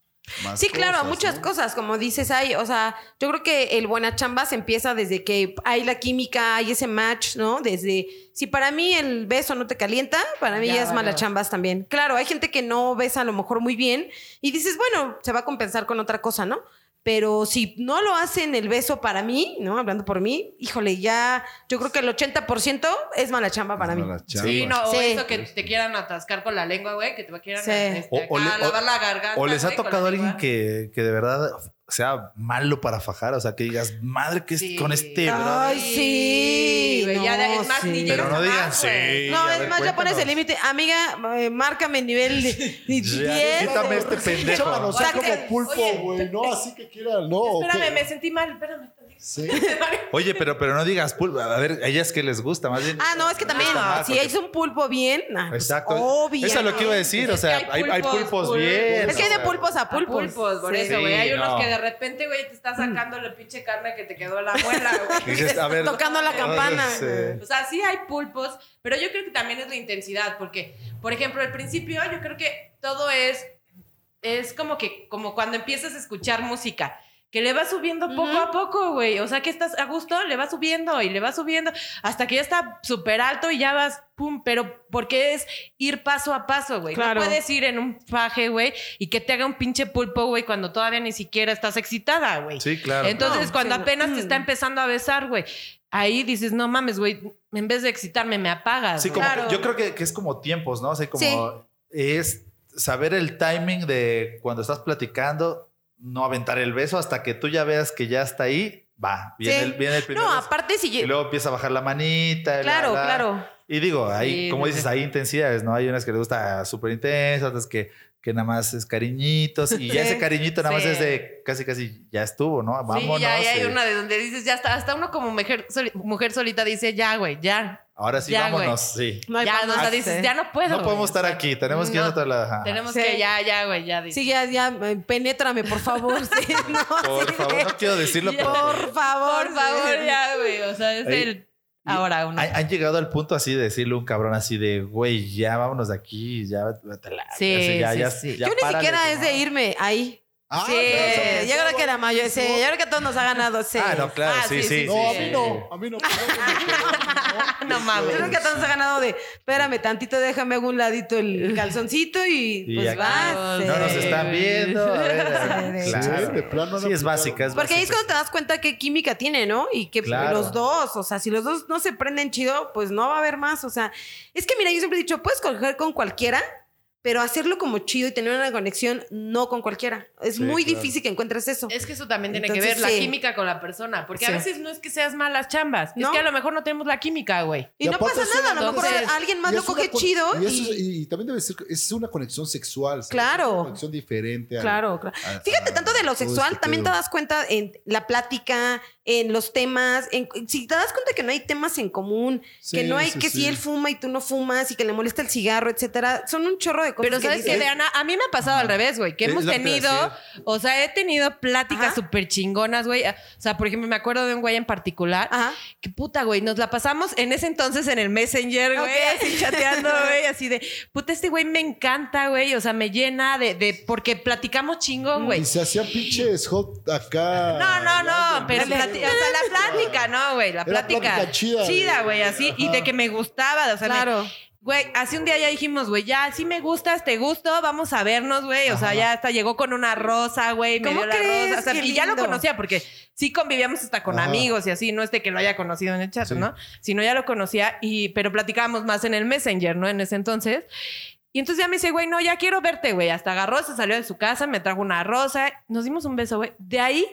Speaker 10: más
Speaker 11: Sí, claro, a
Speaker 10: cosas,
Speaker 11: muchas
Speaker 10: ¿no?
Speaker 11: cosas, como dices ahí, o sea, yo creo que el buena chamba se empieza desde que hay la química, hay ese match, ¿no? Desde, si para mí el beso no te calienta, para mí
Speaker 2: Ya
Speaker 11: ya, es
Speaker 2: valió.
Speaker 11: mala chambas también. Claro, hay gente que no besa a lo mejor muy bien y dices, bueno, se va a compensar con otra cosa, ¿no? Pero si no lo hacen el beso para mí, ¿no? Hablando por mí, híjole, ya yo creo que el 80% es mala chamba para mí.
Speaker 3: Sí, no, o
Speaker 11: Sí.
Speaker 3: eso que te quieran atascar con la lengua, güey, que te quieran
Speaker 11: Sí.
Speaker 3: este,
Speaker 6: O- o le- o-
Speaker 3: acá lavar la garganta.
Speaker 6: ¿O les ha
Speaker 3: güey, con
Speaker 6: tocado
Speaker 3: la
Speaker 6: alguien
Speaker 3: lengua.
Speaker 11: ¿eh?
Speaker 6: que, que de verdad sea malo para fajar? O sea, que digas, madre, que es con este, brother?"
Speaker 11: Ay, sí.
Speaker 3: güey, ya de- es más, ni llegas
Speaker 6: Pero no
Speaker 3: a más,
Speaker 6: digan sí.
Speaker 11: No,
Speaker 6: a
Speaker 11: es
Speaker 6: ver,
Speaker 11: más, ya pones
Speaker 6: cuéntanos.
Speaker 11: el límite. Amiga, eh, márcame el nivel de- de 10.
Speaker 6: quítame este pendejo.
Speaker 10: Chaval, o sea, como
Speaker 3: Sáquenlo.
Speaker 10: pulpo,
Speaker 3: Oye,
Speaker 10: güey, no, así que quiera, no. ¿o qué?
Speaker 3: Espérame, me sentí mal, espérame.
Speaker 10: Sí.
Speaker 6: Oye, pero, pero no digas pulpo. A ver, a ellas que les gusta, más bien.
Speaker 11: Ah, no, es que también,
Speaker 6: Ah,
Speaker 11: si
Speaker 6: porque-
Speaker 11: es un pulpo bien, ah, pues,
Speaker 6: Exacto.
Speaker 11: obvio.
Speaker 6: Eso es lo que iba a decir. O sea, hay, hay pulpos bien.
Speaker 11: Es que hay de
Speaker 6: o sea,
Speaker 11: pulpos a pulpos.
Speaker 3: Pulpos, por
Speaker 11: Sí.
Speaker 3: eso, güey.
Speaker 6: Sí,
Speaker 3: Hay unos
Speaker 6: no.
Speaker 3: que de repente, güey, te está sacando la pinche carne que te quedó la muela, güey.
Speaker 6: Dices, a ver,
Speaker 3: Tocando la
Speaker 6: no
Speaker 3: campana.
Speaker 6: sé.
Speaker 3: O sea, sí hay pulpos, pero yo creo que también es la intensidad, porque, por ejemplo, al principio yo creo que todo es, es como que, como cuando empiezas a escuchar música. Que le vas subiendo poco a poco, güey. O sea, que estás a gusto, le vas subiendo y le vas subiendo hasta que ya está súper alto y ya vas, pum, pero porque es ir paso a paso, güey.
Speaker 11: Claro.
Speaker 3: No puedes ir en un faje, güey, y que te haga un pinche pulpo, güey, cuando todavía ni siquiera estás excitada, güey.
Speaker 6: Sí, claro.
Speaker 3: Entonces,
Speaker 6: No,
Speaker 3: cuando
Speaker 6: sí, no.
Speaker 3: apenas te está empezando a besar, güey, ahí dices, no mames, güey, en vez de excitarme, me apagas.
Speaker 6: Sí,
Speaker 3: güey".
Speaker 6: como que- yo creo que, que es como tiempos, ¿no? O sea, como
Speaker 3: Sí.
Speaker 6: es saber el timing de cuando estás platicando, no aventar el beso hasta que tú ya veas que ya está ahí, va, viene,
Speaker 11: Sí.
Speaker 6: el, viene el primer
Speaker 11: No,
Speaker 6: beso.
Speaker 11: aparte si...
Speaker 6: Y
Speaker 11: yo-
Speaker 6: luego empieza a bajar la manita. el
Speaker 11: Claro,
Speaker 6: hablar.
Speaker 11: claro.
Speaker 6: Y digo, ahí,
Speaker 11: Sí,
Speaker 6: como
Speaker 11: sí,
Speaker 6: dices,
Speaker 11: sí.
Speaker 6: hay intensidades, ¿no? Hay unas que le gusta súper intensas, otras que, que nada más es cariñitos. Y ya
Speaker 3: Sí.
Speaker 6: ese cariñito nada más
Speaker 3: Sí.
Speaker 6: es de casi, casi, ya estuvo, ¿no?
Speaker 3: Sí,
Speaker 6: Vámonos.
Speaker 3: ya, ya hay
Speaker 6: eh.
Speaker 3: una de donde dices, ya está, hasta uno como mujer, soli- mujer solita dice, ya, güey, ya.
Speaker 6: Ahora sí,
Speaker 3: Ya,
Speaker 6: vámonos, sí.
Speaker 3: No hay Ya, pa' no, o sea, más, dices, ¿eh? ya no puedo,
Speaker 6: No podemos
Speaker 3: güey,
Speaker 6: estar aquí, tenemos que ir a
Speaker 3: no.
Speaker 6: otro lado. Ajá.
Speaker 3: Tenemos
Speaker 11: Sí.
Speaker 3: que, ya, ya, güey, ya. dice.
Speaker 11: Sí, ya, ya, eh, penétrame, por favor. sí, no,
Speaker 6: Por
Speaker 11: sí,
Speaker 6: favor, no quiero decirlo,
Speaker 11: ya,
Speaker 6: pero-
Speaker 11: Por favor.
Speaker 3: Por favor,
Speaker 11: sí.
Speaker 3: ya, güey. O sea, es
Speaker 6: Ahí.
Speaker 3: el... Ahora uno.
Speaker 6: ¿Han, han llegado al punto así de decirle a un cabrón así de, güey, ya vámonos de aquí, ya vete a la-
Speaker 11: Sí,
Speaker 6: así, ya,
Speaker 11: sí,
Speaker 6: ya,
Speaker 11: sí.
Speaker 6: ya
Speaker 11: Yo ni
Speaker 6: párale,
Speaker 11: siquiera
Speaker 6: ¿no?
Speaker 11: es de irme ahí.
Speaker 10: Ah,
Speaker 11: sí,
Speaker 10: claro, sobre
Speaker 11: yo creo que la mayoría, sí, yo creo que a todos nos ha ganado, sí.
Speaker 6: Ah, no, claro, sí, sí, sí.
Speaker 10: No, a mí no, a mí no.
Speaker 11: No mames. Yo creo que a todos nos ha ganado de, espérame tantito, déjame a un ladito el calzoncito y,
Speaker 6: Y
Speaker 11: pues
Speaker 6: aquí
Speaker 11: vas.
Speaker 6: no
Speaker 11: sí.
Speaker 6: nos están viendo. a ver,
Speaker 11: Sí,
Speaker 6: claro.
Speaker 10: sí, de plano no
Speaker 6: sí, es básica. Es
Speaker 11: Porque ahí es
Speaker 6: básica.
Speaker 11: cuando te das cuenta qué química tiene, ¿no? Y que pues,
Speaker 6: Claro.
Speaker 11: los dos, o sea, si los dos no se prenden chido, pues no va a haber más. O sea, es que mira, yo siempre he dicho, puedes coger con cualquiera, pero hacerlo como chido y tener una conexión no con cualquiera. Es
Speaker 6: Sí,
Speaker 11: muy
Speaker 6: claro.
Speaker 11: difícil que encuentres eso.
Speaker 3: Es que eso también tiene que ver
Speaker 11: Entonces,
Speaker 3: la
Speaker 11: sí.
Speaker 3: química con la persona, porque a
Speaker 11: Sí.
Speaker 3: veces no es que seas malas chambas,
Speaker 11: No.
Speaker 3: es que a lo mejor no tenemos la química, güey.
Speaker 11: Y,
Speaker 10: Y
Speaker 11: no
Speaker 10: aparte
Speaker 11: pasa
Speaker 10: es
Speaker 11: nada, a lo mejor
Speaker 3: entonces-
Speaker 11: alguien más
Speaker 10: Y
Speaker 11: lo
Speaker 10: es una
Speaker 11: coge
Speaker 10: con-
Speaker 11: chido
Speaker 10: Y,
Speaker 11: y...
Speaker 10: eso es- y también debe ser, es una conexión sexual. ¿sabes?
Speaker 11: Claro.
Speaker 10: Es Una conexión diferente. a-
Speaker 11: Claro, claro.
Speaker 10: a-
Speaker 11: Fíjate
Speaker 10: a-
Speaker 11: tanto de lo
Speaker 10: todo
Speaker 11: sexual,
Speaker 10: este
Speaker 11: también te
Speaker 10: pedo.
Speaker 11: das cuenta en la plática, en los temas, en- si te das cuenta que no hay temas en común,
Speaker 10: Sí,
Speaker 11: que no hay
Speaker 10: sí,
Speaker 11: que
Speaker 10: sí.
Speaker 11: si él fuma y tú no fumas y que le molesta el cigarro, etcétera, son un chorro de cosas.
Speaker 3: Pero sabes que,
Speaker 11: dices,
Speaker 3: Diana, a mí me ha pasado al revés, güey, que
Speaker 6: Es
Speaker 3: hemos
Speaker 6: lo que te
Speaker 3: tenido,
Speaker 6: iba a
Speaker 3: o sea, he tenido pláticas súper chingonas, güey. O sea, por ejemplo, me acuerdo de un güey en particular,
Speaker 11: Ajá.
Speaker 3: que puta, güey, nos la pasamos en ese entonces en el Messenger, güey,
Speaker 11: Ok.
Speaker 3: así chateando, güey, así de, puta, este güey me encanta, güey, o sea, me llena de, de porque platicamos chingón, güey.
Speaker 10: Y se hacían pinches hot acá.
Speaker 3: No, no, no, pero
Speaker 10: Era
Speaker 3: plati- o sea, la plática, no, güey, la
Speaker 10: Era
Speaker 3: plática.
Speaker 10: plática chida, güey.
Speaker 3: güey, así, y de que me gustaba, o sea, claro. Güey, hace un día ya dijimos, güey, ya, si me gustas, te gusto, vamos a vernos, güey. O sea, ya hasta llegó con una rosa, güey, me
Speaker 11: ¿Cómo
Speaker 3: dio la
Speaker 11: crees?
Speaker 3: rosa. O sea,
Speaker 11: Qué
Speaker 3: y ya lo
Speaker 11: lindo.
Speaker 3: conocía, porque sí convivíamos hasta con
Speaker 10: Ajá.
Speaker 3: amigos y así, no es de que lo haya conocido en el chat,
Speaker 10: Sí.
Speaker 3: ¿no? Sino ya lo conocía, y, pero platicábamos más en el Messenger, ¿no? En ese entonces. Y entonces ya me dice, güey, no, ya quiero verte, güey. Hasta agarró, se salió de su casa, me trajo una rosa, nos dimos un beso, güey. De ahí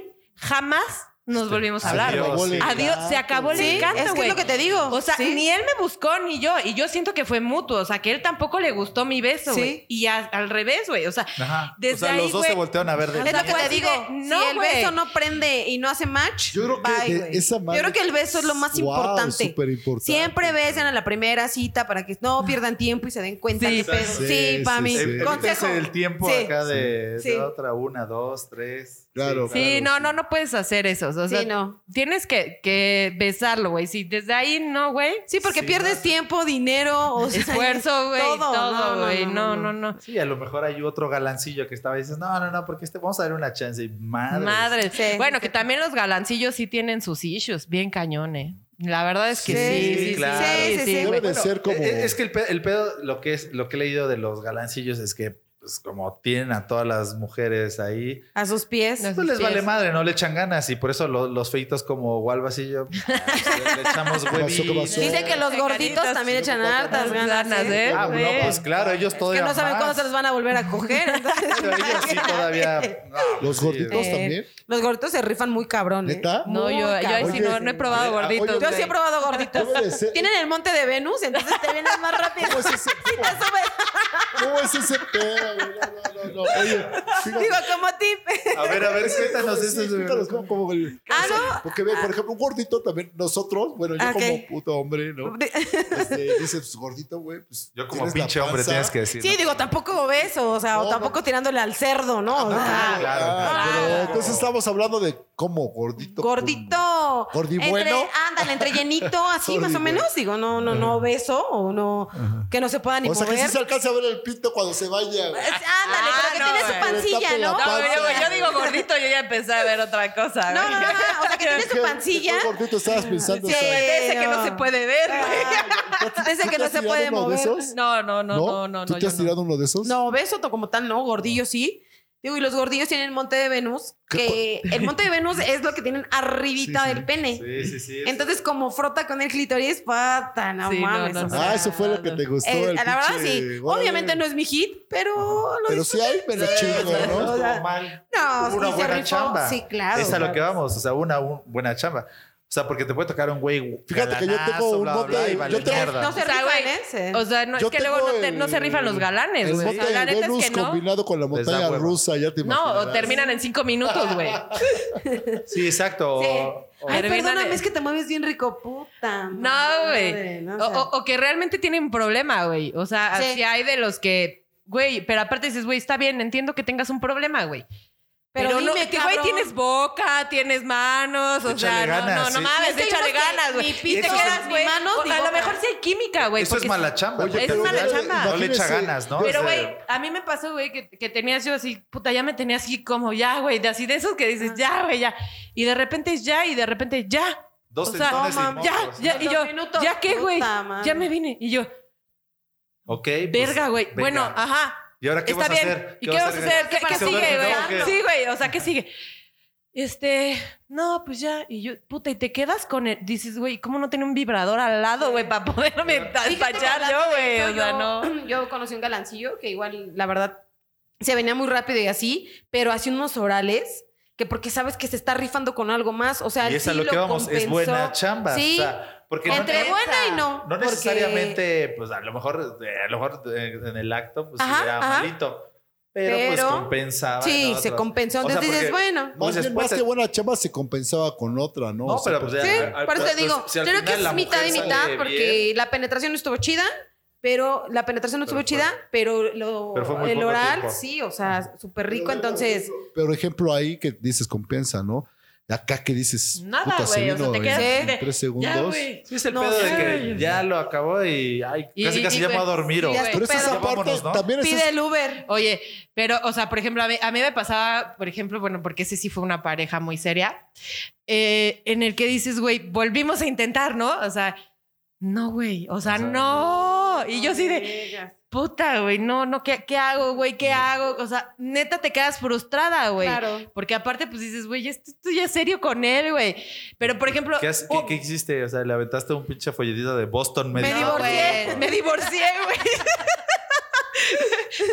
Speaker 3: jamás nos volvimos a hablar,
Speaker 6: Adiós,
Speaker 3: güey.
Speaker 6: sí.
Speaker 3: Adiós, se acabó el
Speaker 11: Sí,
Speaker 3: encanto,
Speaker 11: es que
Speaker 3: güey.
Speaker 11: es lo que te digo.
Speaker 3: O sea,
Speaker 11: Sí.
Speaker 3: ni él me buscó ni yo. Y yo siento que fue mutuo. O sea, que él tampoco le gustó mi beso,
Speaker 11: Sí.
Speaker 3: güey. Y a- al revés, güey. O sea,
Speaker 6: Ajá.
Speaker 3: desde
Speaker 6: o sea,
Speaker 3: ahí,
Speaker 6: los dos
Speaker 3: güey,
Speaker 6: se voltearon a ver. de-
Speaker 11: Es lo que
Speaker 3: Fue
Speaker 11: te
Speaker 3: así
Speaker 11: digo,
Speaker 3: de, no,
Speaker 11: si el
Speaker 3: güey.
Speaker 11: beso no prende y no hace match,
Speaker 10: Yo creo que
Speaker 11: bye,
Speaker 10: de-
Speaker 11: güey.
Speaker 10: esa madre-
Speaker 11: Yo creo que el beso es lo más
Speaker 10: Wow,
Speaker 11: importante.
Speaker 10: superimportante.
Speaker 11: Siempre besen a la primera cita para que no pierdan tiempo y se den cuenta
Speaker 3: Sí.
Speaker 11: qué pedo. Ah.
Speaker 10: Sí,
Speaker 11: Sí, pues,
Speaker 10: sí,
Speaker 11: para mí.
Speaker 10: sí.
Speaker 6: Ev-
Speaker 11: Consejo.
Speaker 6: evítese el tiempo
Speaker 11: Sí.
Speaker 6: acá de,
Speaker 11: Sí.
Speaker 6: de otra, una, dos, tres.
Speaker 10: Claro.
Speaker 3: Sí, no,
Speaker 10: claro,
Speaker 3: no, no puedes hacer eso. O sea,
Speaker 11: Sí, no.
Speaker 3: tienes que, que besarlo, güey. Si desde ahí no, güey.
Speaker 11: Sí, porque
Speaker 6: Sí,
Speaker 11: pierdes
Speaker 6: no.
Speaker 11: tiempo, dinero, o sea,
Speaker 3: Esfuerzo, güey. Todo, güey. No, no, no.
Speaker 6: Sí, a lo mejor hay otro galancillo que estaba y dices, no, no, no, porque este, vamos a dar una chance. Y madre.
Speaker 3: Madre.
Speaker 11: Sí.
Speaker 3: Bueno, que también los galancillos sí tienen sus issues, bien cañones. La verdad es que sí, sí, sí,
Speaker 6: claro.
Speaker 11: Sí, sí, sí,
Speaker 3: sí, güey.
Speaker 10: Debe de ser como.
Speaker 6: e, Es, es que el pedo, el pedo, lo que es, lo que he leído de los galancillos es que, pues, como tienen a todas las mujeres ahí,
Speaker 11: A sus pies.
Speaker 3: No.
Speaker 6: pues
Speaker 3: sus
Speaker 6: les
Speaker 3: pies.
Speaker 6: vale madre, no le echan ganas. Y por eso lo- los feitos como Walvasillo, pues, le echamos
Speaker 10: pasó? ¿Qué
Speaker 6: huevitos.
Speaker 10: pasó?
Speaker 11: Dicen que los gorditos
Speaker 3: Caritas,
Speaker 11: también echan hartas
Speaker 3: Las ganas,
Speaker 11: ganas, ¿eh?
Speaker 3: ¿eh?
Speaker 6: Ah,
Speaker 3: güey.
Speaker 6: no, pues claro, ellos
Speaker 11: Que
Speaker 6: todavía
Speaker 11: no saben
Speaker 6: más.
Speaker 11: cuándo se los van a volver a coger. entonces-
Speaker 6: Pero ellos sí todavía... no, pues,
Speaker 10: Los
Speaker 6: sí.
Speaker 10: gorditos
Speaker 11: Eh,
Speaker 10: también.
Speaker 11: Los gorditos se rifan muy cabrón. ¿eh?
Speaker 10: ¿Neta?
Speaker 3: No, yo, yo ahí sí
Speaker 10: Oye,
Speaker 3: no, no he probado
Speaker 10: oye,
Speaker 3: gorditos.
Speaker 10: oye,
Speaker 11: Yo
Speaker 3: güey.
Speaker 11: sí he probado gorditos.
Speaker 10: Debe de ser-
Speaker 11: Tienen el monte de Venus, entonces te vienes más rápido.
Speaker 10: ¿Cómo es ese,
Speaker 11: Te subes.
Speaker 10: cómo es ese pedo? güey? No, no, no, no. Oye, fíjate.
Speaker 11: Digo, como tip.
Speaker 6: A ver, a ver, cuéntanos
Speaker 10: Sí,
Speaker 6: eso.
Speaker 10: cuéntanos cómo- cómo-
Speaker 11: Ah, no.
Speaker 10: Porque ve, por ejemplo, un gordito también, nosotros, bueno, yo
Speaker 11: Ah, ok.
Speaker 10: como puto hombre, ¿no? Este, dice, pues gordito, güey, pues.
Speaker 6: Yo como
Speaker 10: tienes la
Speaker 6: pinche hombre
Speaker 10: panza.
Speaker 6: tienes que decir.
Speaker 11: Sí, digo, tampoco beso, o sea,
Speaker 10: No,
Speaker 11: o
Speaker 10: no.
Speaker 11: tampoco tirándole al cerdo, ¿no? O sea,
Speaker 10: Ah,
Speaker 6: Claro.
Speaker 10: pero entonces estamos hablando de cómo gordito.
Speaker 11: Gordito.
Speaker 10: Gordibueno.
Speaker 11: Entre, ándale, entre llenito, así más o
Speaker 10: Gordibueno.
Speaker 11: menos. Digo, no, no, no beso o no, que no se pueda ni
Speaker 10: O sea,
Speaker 11: mover.
Speaker 10: que sí se alcanza a ver el pito cuando se vaya. güey.
Speaker 11: Es- Ándale,
Speaker 3: Ah,
Speaker 11: pero que
Speaker 3: no,
Speaker 11: tiene su
Speaker 3: güey.
Speaker 11: pancilla,
Speaker 10: Pero
Speaker 11: ¿no?
Speaker 10: tapa
Speaker 3: No,
Speaker 10: la
Speaker 3: yo, yo digo gordito, yo ya empecé a ver otra cosa.
Speaker 11: No, no,
Speaker 3: güey.
Speaker 11: no, no, o sea, que tiene
Speaker 10: ¿Qué-
Speaker 11: su pancilla.
Speaker 10: ¿Qué gordito estabas pensando?
Speaker 11: Sí.
Speaker 10: o sea,
Speaker 3: De ese que no
Speaker 11: no.
Speaker 3: se puede ver, güey.
Speaker 11: Desde que no
Speaker 10: ¿Tú te has
Speaker 11: se
Speaker 10: tirado
Speaker 11: puede
Speaker 10: uno de
Speaker 11: mover.
Speaker 10: esos?
Speaker 3: No, no, no, no, no.
Speaker 10: ¿Tú
Speaker 3: no,
Speaker 10: te
Speaker 3: yo
Speaker 10: has
Speaker 3: no.
Speaker 10: tirado uno de esos?
Speaker 11: No, beso to- como tal, no, gordillo sí. Digo, y los gordillos tienen monte de Venus, que el monte de Venus es lo que tienen arribita del pene.
Speaker 6: Sí, sí, sí.
Speaker 11: Entonces, como frota con el clitoris, pata, no
Speaker 3: Sí, no,
Speaker 11: mames.
Speaker 3: no,
Speaker 11: o
Speaker 3: no.
Speaker 11: sea,
Speaker 10: Ah, eso fue lo que te gustó.
Speaker 11: eh,
Speaker 10: el
Speaker 11: la verdad,
Speaker 10: pinche-
Speaker 11: sí.
Speaker 10: Órale.
Speaker 11: Obviamente no es mi hit, pero lo
Speaker 10: Pero sí hay, pero chingo, ¿no?
Speaker 6: estuvo mal.
Speaker 10: ah,
Speaker 11: No,
Speaker 6: Hubo una
Speaker 11: sí se
Speaker 6: buena
Speaker 11: rifó.
Speaker 6: chamba.
Speaker 11: Sí, claro.
Speaker 6: Es a lo
Speaker 11: claro.
Speaker 6: que vamos, o sea, una bu- buena chamba. O sea, porque te puede tocar un güey.
Speaker 10: Fíjate que yo
Speaker 6: galanazo,
Speaker 10: tengo un
Speaker 6: bla, bla,
Speaker 10: bote-
Speaker 6: bla, y vale
Speaker 10: yo tengo-
Speaker 6: mierda.
Speaker 11: No se
Speaker 3: O sea,
Speaker 11: rifan,
Speaker 3: güey,
Speaker 11: ¿eh? Se-
Speaker 3: O sea, no, es
Speaker 10: Yo
Speaker 3: que luego no,
Speaker 10: tengo
Speaker 3: te-
Speaker 10: el-
Speaker 3: no se rifan los galanes,
Speaker 10: El
Speaker 3: güey. O
Speaker 10: bote
Speaker 3: sea, la
Speaker 10: de
Speaker 3: neta
Speaker 10: Venus
Speaker 3: es que no.
Speaker 10: combinado con la
Speaker 6: Les da
Speaker 10: montaña
Speaker 6: hueva.
Speaker 10: rusa, ya te
Speaker 3: No,
Speaker 10: imaginas.
Speaker 3: o terminan en cinco minutos, güey.
Speaker 6: Sí, exacto.
Speaker 11: Sí.
Speaker 6: o- o-
Speaker 11: Ay,
Speaker 3: Terminan
Speaker 11: perdóname,
Speaker 3: de-
Speaker 11: es que te mueves bien rico, puta.
Speaker 3: No,
Speaker 11: madre,
Speaker 3: güey.
Speaker 11: no,
Speaker 3: O,
Speaker 11: o sea.
Speaker 3: o- o que realmente tienen problema, güey. O sea,
Speaker 11: Sí.
Speaker 3: si hay de los que, güey, pero aparte dices, güey, está bien, entiendo que tengas un problema, güey. Pero,
Speaker 11: Pero
Speaker 3: no,
Speaker 11: dime,
Speaker 3: que, güey,
Speaker 11: cabrón.
Speaker 3: tienes boca, tienes manos, o sea,
Speaker 6: Échale
Speaker 3: no, no,
Speaker 6: ganas,
Speaker 3: no
Speaker 6: ¿eh?
Speaker 3: mames,
Speaker 11: Es que hay
Speaker 3: échale
Speaker 11: unos que
Speaker 3: ganas, güey.
Speaker 11: ni
Speaker 3: Y
Speaker 11: pito
Speaker 3: te
Speaker 11: son
Speaker 3: quedas,
Speaker 11: ni
Speaker 3: güey.
Speaker 11: manos
Speaker 3: o-
Speaker 11: ni
Speaker 3: A lo
Speaker 11: boca.
Speaker 3: mejor sí hay química, güey.
Speaker 6: Eso es
Speaker 3: porque
Speaker 6: mala chamba.
Speaker 3: Oye,
Speaker 6: güey.
Speaker 3: es mala chamba.
Speaker 6: No le echa ganas, ¿no?
Speaker 3: Pero,
Speaker 6: O sea,
Speaker 3: güey, a mí me pasó, güey, que, que tenías yo así, puta, ya me tenía así como ya, güey, de así de esos que dices, ya, güey, ya. Y de repente es ya, y de repente es ya.
Speaker 6: Dos
Speaker 3: o sea,
Speaker 6: tendones
Speaker 3: no
Speaker 6: y
Speaker 3: mames, ya,
Speaker 6: mocos,
Speaker 3: ya,
Speaker 11: ¿no?
Speaker 3: y yo,
Speaker 11: Dos minutos,
Speaker 3: ya qué, güey,
Speaker 11: puta madre.
Speaker 3: ya me vine. Y yo,
Speaker 6: Ok. pues,
Speaker 3: verga, güey.
Speaker 6: venga.
Speaker 3: Bueno, ajá,
Speaker 6: ¿Y ahora qué
Speaker 3: Está
Speaker 6: vas a
Speaker 3: bien.
Speaker 6: hacer?
Speaker 3: ¿Y qué vas a hacer? ¿Qué, qué
Speaker 6: ¿Se
Speaker 3: sigue,
Speaker 6: duerme, no?
Speaker 3: güey?
Speaker 6: ¿Qué?
Speaker 3: Sí, güey. O sea, ¿qué sigue? Este, no, pues ya. Y yo, puta, y te quedas con el. Dices, güey, ¿cómo no tiene un vibrador al lado, güey, para poderme
Speaker 11: Fíjate que
Speaker 3: despachar yo,
Speaker 11: hablando de
Speaker 3: güey?
Speaker 11: eso,
Speaker 3: O sea, no.
Speaker 11: yo- Yo conocí un galancillo que igual, la verdad, se venía muy rápido y así, pero hacía unos orales que porque sabes que se está rifando con algo más. O sea,
Speaker 6: Y es a
Speaker 11: sí
Speaker 6: lo que vamos, es
Speaker 11: compensó.
Speaker 6: buena chamba.
Speaker 11: Sí.
Speaker 6: O sea, porque no-
Speaker 11: entre
Speaker 6: no,
Speaker 11: buena y no.
Speaker 6: no
Speaker 11: porque-
Speaker 6: necesariamente, pues a lo mejor, eh, a lo mejor eh, en el acto, pues
Speaker 11: Ajá,
Speaker 6: era
Speaker 11: ajá.
Speaker 6: malito. Pero,
Speaker 11: Pero-
Speaker 6: pues compensaba.
Speaker 11: Sí,
Speaker 6: ¿no?
Speaker 11: se
Speaker 6: Otras-
Speaker 11: compensó.
Speaker 6: O sea,
Speaker 11: Entonces dices,
Speaker 6: porque-
Speaker 11: bueno.
Speaker 10: Más,
Speaker 6: Entonces,
Speaker 10: bien,
Speaker 6: pues,
Speaker 10: más que buena chamba se compensaba con otra, ¿no?
Speaker 6: No,
Speaker 10: O sea,
Speaker 6: pero pues ya.
Speaker 10: porque-
Speaker 6: al- al-
Speaker 11: Por eso te
Speaker 6: pues,
Speaker 11: digo,
Speaker 6: si al
Speaker 11: creo que
Speaker 6: final la
Speaker 11: es mitad y
Speaker 6: mujer
Speaker 11: mitad,
Speaker 6: sale
Speaker 11: porque
Speaker 6: bien,
Speaker 11: la penetración estuvo chida, pero la penetración no
Speaker 6: Pero
Speaker 11: estuvo
Speaker 6: fue-
Speaker 11: chida, pero, lo,
Speaker 6: pero fue muy
Speaker 11: el
Speaker 6: poco
Speaker 11: oral,
Speaker 6: tiempo.
Speaker 11: sí, o sea, súper rico. Entonces,
Speaker 10: Pero ejemplo ahí que dices compensa, ¿no? Acá que dices.
Speaker 11: Nada,
Speaker 10: puta, se
Speaker 11: güey, o sea,
Speaker 10: vino
Speaker 11: te quedas
Speaker 10: en
Speaker 11: así de,
Speaker 10: tres segundos.
Speaker 3: Ya, güey.
Speaker 6: Sí, es el
Speaker 3: No,
Speaker 6: pedo de
Speaker 3: sí.
Speaker 6: que ya lo acabó y ay,
Speaker 3: Y-
Speaker 6: casi
Speaker 3: y-
Speaker 6: casi
Speaker 3: y,
Speaker 6: ya me voy
Speaker 3: güey,
Speaker 6: a dormir.
Speaker 3: sí,
Speaker 6: o-
Speaker 3: ya
Speaker 10: Pero esa
Speaker 3: Pero-
Speaker 10: esa parte
Speaker 6: vámonos, ¿no?
Speaker 10: también es.
Speaker 11: pide el Uber.
Speaker 3: Oye, pero, o sea, por ejemplo, a mí, a mí me pasaba, por ejemplo, bueno, porque ese sí fue una pareja muy seria, eh, en el que dices, güey, volvimos a intentar, ¿no? O sea, no, güey, o sea,
Speaker 6: O sea,
Speaker 3: no. Y yo sí de, puta, güey, no, no, ¿qué, qué hago, güey? ¿Qué hago? O sea, neta te quedas frustrada, güey.
Speaker 11: Claro.
Speaker 3: Porque aparte, pues dices, güey, esto estoy ya serio con él, güey. Pero, por ejemplo,
Speaker 6: ¿Qué, has-
Speaker 3: oh,
Speaker 6: qué, qué hiciste? O sea, le aventaste un pinche folletito de Boston
Speaker 11: Me
Speaker 6: Medical.
Speaker 11: divorcié.
Speaker 3: me divorcié, güey.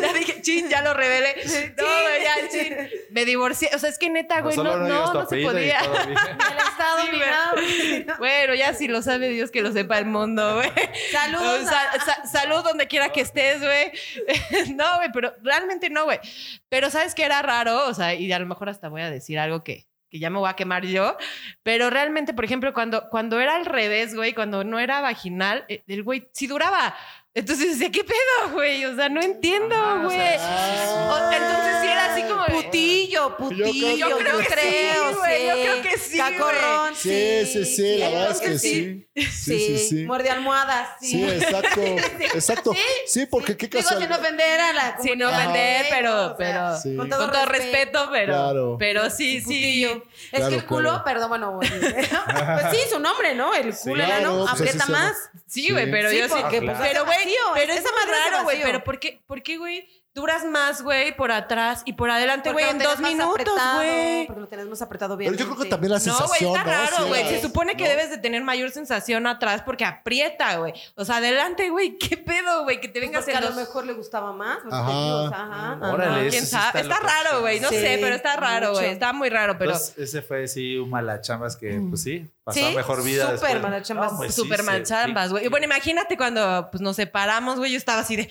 Speaker 3: ya dije, chin, ya lo revelé. No, güey, ya, chin. Me divorcié. O sea, es que neta,
Speaker 6: No,
Speaker 3: "Ah, güey, no,
Speaker 6: solo
Speaker 3: no,
Speaker 6: digas tu
Speaker 3: no se
Speaker 6: apellido y
Speaker 3: podía.
Speaker 6: todo bien.
Speaker 11: El estado
Speaker 3: Sí,
Speaker 11: ni
Speaker 3: güey.
Speaker 11: nada, güey.
Speaker 3: Bueno, ya si lo sabe Dios que lo sepa el mundo, güey.
Speaker 11: Saludos.
Speaker 3: O sea, sa- salud donde quiera que estés, güey. no, güey, pero realmente no, güey. Pero sabes que era raro, o sea, y a lo mejor hasta voy a decir algo que, que ya me voy a quemar yo, pero realmente, por ejemplo, cuando, cuando era al revés, güey, cuando no era vaginal, eh, el güey sí duraba. Entonces decía, ¿qué pedo, güey? O sea, no entiendo,
Speaker 6: Ah, o
Speaker 3: güey.
Speaker 10: sea,
Speaker 3: O- entonces sí era así como... de-
Speaker 11: Putillo, putillo.
Speaker 10: Yo creo
Speaker 3: que sí, güey, yo creo que sí, güey.
Speaker 11: Cacorrón,
Speaker 10: Sí, sí, sí, la
Speaker 11: yo
Speaker 10: verdad
Speaker 11: creo
Speaker 10: es que sí. Sí, sí, sí.
Speaker 11: Muerde almohadas, sí.
Speaker 10: Sí, exacto. Exacto. Sí, porque qué
Speaker 11: Digo, sin
Speaker 10: casualidad.
Speaker 11: ofender a la
Speaker 3: Sin
Speaker 11: comunidad,
Speaker 3: ofender,
Speaker 11: ¿no?
Speaker 3: pero-
Speaker 11: O sea,
Speaker 3: pero-
Speaker 10: Sí.
Speaker 11: Con todo,
Speaker 3: Con todo
Speaker 11: respeto.
Speaker 3: respeto, pero,
Speaker 10: Claro.
Speaker 3: pero sí, sí.
Speaker 11: Putillo. Es
Speaker 10: Claro,
Speaker 11: que el culo,
Speaker 10: claro.
Speaker 11: perdón, bueno, bueno, pues sí, su nombre, ¿no? El culo
Speaker 10: Claro,
Speaker 11: enano
Speaker 10: pues así
Speaker 11: aprieta
Speaker 10: se llama.
Speaker 11: más.
Speaker 3: Sí, güey,
Speaker 10: Sí.
Speaker 3: pero
Speaker 11: Sí,
Speaker 3: yo sí.
Speaker 11: porque,
Speaker 6: Ah,
Speaker 11: pues,
Speaker 6: claro.
Speaker 3: Pero,
Speaker 11: hace
Speaker 3: güey,
Speaker 11: vacío,
Speaker 3: pero
Speaker 11: esa
Speaker 3: es
Speaker 11: madre
Speaker 3: muy
Speaker 11: hace
Speaker 3: raro, güey.
Speaker 11: vacío.
Speaker 3: Pero ¿por qué, por qué, güey? Duras más, güey, por atrás y por adelante,
Speaker 11: Porque
Speaker 3: güey,
Speaker 11: lo
Speaker 3: en
Speaker 11: tenés
Speaker 3: dos
Speaker 11: más
Speaker 3: minutos,
Speaker 11: apretado,
Speaker 3: güey.
Speaker 11: Porque lo tenés más apretado bien.
Speaker 10: Pero yo creo que también la
Speaker 3: No, güey,
Speaker 10: sensación.
Speaker 3: está
Speaker 10: Sí,
Speaker 3: raro, güey.
Speaker 10: la-
Speaker 3: Se supone que
Speaker 10: ¿no?
Speaker 3: debes de tener mayor sensación atrás porque aprieta, güey. O sea, adelante, güey. ¿Qué pedo, güey? Que te vengas
Speaker 11: Pues Porque
Speaker 3: en
Speaker 11: a lo
Speaker 3: dos-
Speaker 11: mejor le gustaba más. porque,
Speaker 10: Ajá.
Speaker 11: Dios, ajá.
Speaker 6: Ah, Órale,
Speaker 3: ¿Quién
Speaker 6: eso sí
Speaker 3: sabe? Está,
Speaker 6: loco.
Speaker 3: raro, güey. No
Speaker 11: Sí,
Speaker 3: sé, pero está raro,
Speaker 11: mucho.
Speaker 3: güey. Está muy raro, pero...
Speaker 6: Entonces, ese fue sí un malachambas que, pues sí, pasó
Speaker 11: Sí,
Speaker 6: mejor vida.
Speaker 11: súper
Speaker 6: después.
Speaker 11: malachambas,
Speaker 6: No, pues sí,
Speaker 3: Súper
Speaker 6: sí,
Speaker 3: manchambas,
Speaker 6: sí.
Speaker 3: güey. Y bueno, imagínate cuando pues, nos separamos, güey. Yo estaba así de...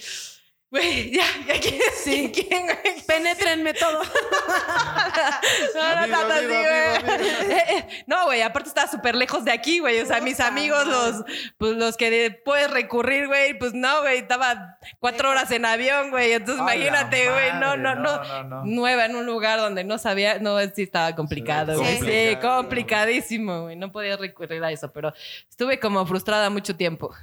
Speaker 3: Güey, ya, ya, ¿quién? Sí. ¿Quién, güey?
Speaker 11: Penétrenme todo.
Speaker 3: No, no
Speaker 6: Amigo,
Speaker 3: tanto así,
Speaker 6: amigo,
Speaker 3: güey.
Speaker 6: amigo,
Speaker 3: Eh, eh, No, güey, aparte estaba súper lejos de aquí, güey. O sea, mis amigos, los, pues, los que de- puedes recurrir, güey, pues no, güey. Estaba cuatro horas en avión, güey. Entonces,
Speaker 6: A la
Speaker 3: imagínete, güey. No,
Speaker 6: madre,
Speaker 3: no, no.
Speaker 6: no, no.
Speaker 3: Nueva en un lugar donde no sabía, no, sí estaba complicado,
Speaker 6: Sí,
Speaker 3: güey. Sí,
Speaker 6: complicado.
Speaker 3: complicadísimo, güey. No podía recurrir a eso, pero estuve como frustrada mucho tiempo.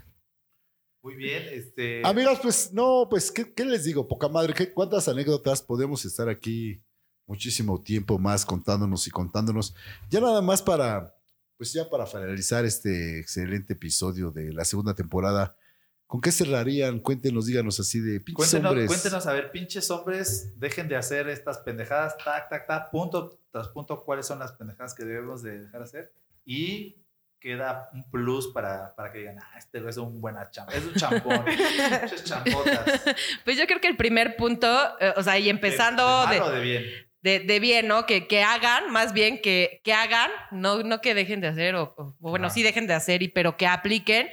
Speaker 6: Muy bien, este.
Speaker 10: Amigos, pues no, pues ¿qué, qué les digo? Poca madre, ¿qué- ¿cuántas anécdotas podemos estar aquí muchísimo tiempo más contándonos y contándonos? Ya nada más para, pues ya para finalizar este excelente episodio de la segunda temporada, ¿con qué cerrarían? Cuéntenos, díganos así de pinches
Speaker 6: Cuéntenos,
Speaker 10: hombres.
Speaker 6: cuéntenos, a ver, pinches hombres, dejen de hacer estas pendejadas, tac, tac, tac, punto tras punto, cuáles son las pendejadas que debemos de dejar hacer y queda un plus para, para que digan, ah, este güey es un buena chamba, es un champón, pinches champotas.
Speaker 3: Pues yo creo que el primer punto, eh, o sea, y empezando
Speaker 6: de,
Speaker 3: de,
Speaker 6: malo o de bien.
Speaker 3: de, de bien, ¿no? Que, que hagan, más bien que, que hagan, no, no que dejen de hacer, o, o- o bueno,
Speaker 6: Ajá.
Speaker 3: sí dejen de hacer, y, pero que apliquen.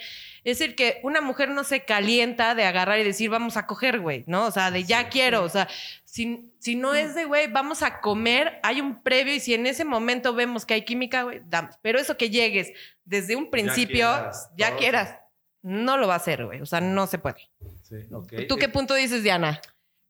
Speaker 3: Es decir, que una mujer no se calienta de agarrar y decir, vamos a coger, güey, ¿no? O sea, de ya quiero, o sea, si, si no es de, güey, vamos a comer, hay un previo y si en ese momento vemos que hay química, güey, damos. Pero eso que llegues desde un principio, ya
Speaker 6: quieras,
Speaker 3: quieras,
Speaker 6: todo.
Speaker 3: no lo va a hacer, güey, o sea, no se puede.
Speaker 6: Sí, ok. Este, eh,
Speaker 3: ¿Tú qué punto dices, Diana?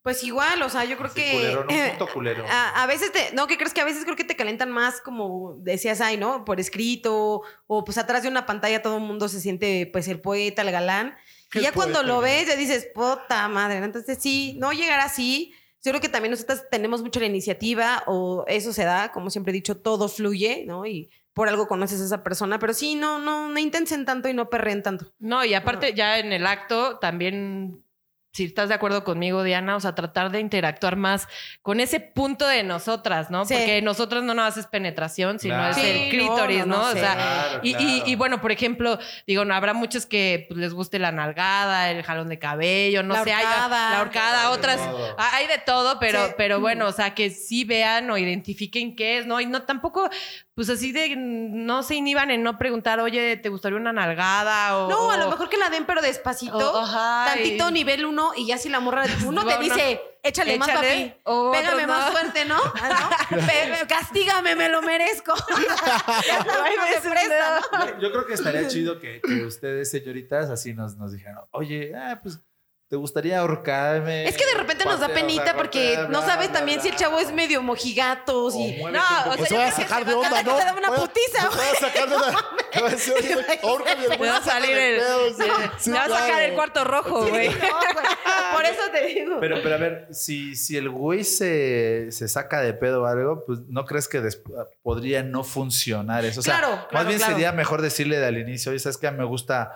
Speaker 11: Pues igual, o sea, yo creo que.
Speaker 6: culero, no, punto culero.
Speaker 3: Ah,
Speaker 11: A, a veces te. No, ¿qué crees que a veces creo que te calentan más, como decías ahí, ¿no? Por escrito, o pues atrás de una pantalla todo el mundo se siente, pues, el poeta, el galán. Y
Speaker 2: El
Speaker 11: ya cuando
Speaker 2: poeta,
Speaker 11: lo
Speaker 2: el
Speaker 11: ves, ya dices, puta madre. ¿no? Entonces, sí, no llegar así. Yo creo que también nosotras tenemos mucho la iniciativa, o eso se da, como siempre he dicho, todo fluye, ¿no? Y por algo conoces a esa persona, pero sí, no, no, no intensen tanto y no perren tanto.
Speaker 3: No, y aparte ya en el acto también, si estás de acuerdo conmigo, Diana, o sea, tratar de interactuar más con ese punto de nosotras, ¿no? Porque nosotras no nos haces penetración, sino
Speaker 2: Claro.
Speaker 3: es
Speaker 2: Sí,
Speaker 3: el
Speaker 2: no,
Speaker 3: clítoris, ¿no?
Speaker 2: no, no
Speaker 3: o
Speaker 2: sé.
Speaker 3: sea,
Speaker 2: Claro,
Speaker 3: y, y-
Speaker 2: claro.
Speaker 3: y bueno, por ejemplo, digo, no, habrá muchos que pues, les guste la nalgada, el jalón de cabello, no
Speaker 2: La
Speaker 3: sé, hay-
Speaker 2: horcada.
Speaker 3: la horcada,
Speaker 2: Hay de
Speaker 3: otras,
Speaker 2: todo.
Speaker 3: ah, hay de todo, pero,
Speaker 2: Sí.
Speaker 3: pero bueno, o sea, que sí vean o identifiquen qué es, ¿no? Y no tampoco, pues así de, no se inhiban en no preguntar, oye, ¿te gustaría una nalgada? O,
Speaker 11: No, a lo mejor que la den, pero despacito.
Speaker 3: Oh, ajá,
Speaker 11: tantito
Speaker 3: y-
Speaker 11: nivel uno y ya si la morra uno
Speaker 3: Bueno,
Speaker 11: te dice, échale, más
Speaker 3: échale,
Speaker 11: papi.
Speaker 3: o otro
Speaker 11: Pégame
Speaker 3: no.
Speaker 11: más fuerte, ¿no? Ah, ¿no? Pe- Castígame, me lo merezco. Ya sabes, no se presta, ¿no?
Speaker 6: Yo, yo creo que estaría chido que, que ustedes, señoritas, así nos, nos dijeran, oye, ah, pues, ¿te gustaría ahorcarme?
Speaker 11: Es que de repente nos da
Speaker 6: Patear, o
Speaker 11: penita
Speaker 6: sea,
Speaker 11: porque
Speaker 6: golpear,
Speaker 11: no
Speaker 6: bla,
Speaker 11: sabes
Speaker 6: bla,
Speaker 11: también
Speaker 6: bla.
Speaker 11: si el chavo es medio mojigatos y.
Speaker 6: muévete
Speaker 11: No,
Speaker 6: un
Speaker 11: o
Speaker 6: poco.
Speaker 11: sea,
Speaker 6: Pues
Speaker 11: yo
Speaker 6: voy a
Speaker 11: creo que
Speaker 6: sacar
Speaker 11: se va a
Speaker 6: de onda,
Speaker 11: tratar
Speaker 6: ¿no?
Speaker 11: Te da una
Speaker 6: Voy a-
Speaker 11: putiza,
Speaker 6: voy a sacar de onda. Te voy a decir, oye, güey, ahórcame,
Speaker 11: Te
Speaker 6: güey,
Speaker 11: va a
Speaker 6: sácame
Speaker 11: salir el-
Speaker 6: pedos,
Speaker 11: No,
Speaker 6: sí,
Speaker 11: no,
Speaker 6: sí,
Speaker 11: me va a sacar
Speaker 6: claro.
Speaker 11: el cuarto rojo,
Speaker 6: Sí,
Speaker 11: güey. Por eso te digo.
Speaker 6: Pero, pero a ver, si, si el güey se, se saca de pedo o algo, pues no crees que desp- podría no funcionar eso. O sea,
Speaker 11: Claro,
Speaker 6: más
Speaker 11: claro,
Speaker 6: bien
Speaker 11: claro.
Speaker 6: sería mejor decirle al inicio, oye, sabes que me gusta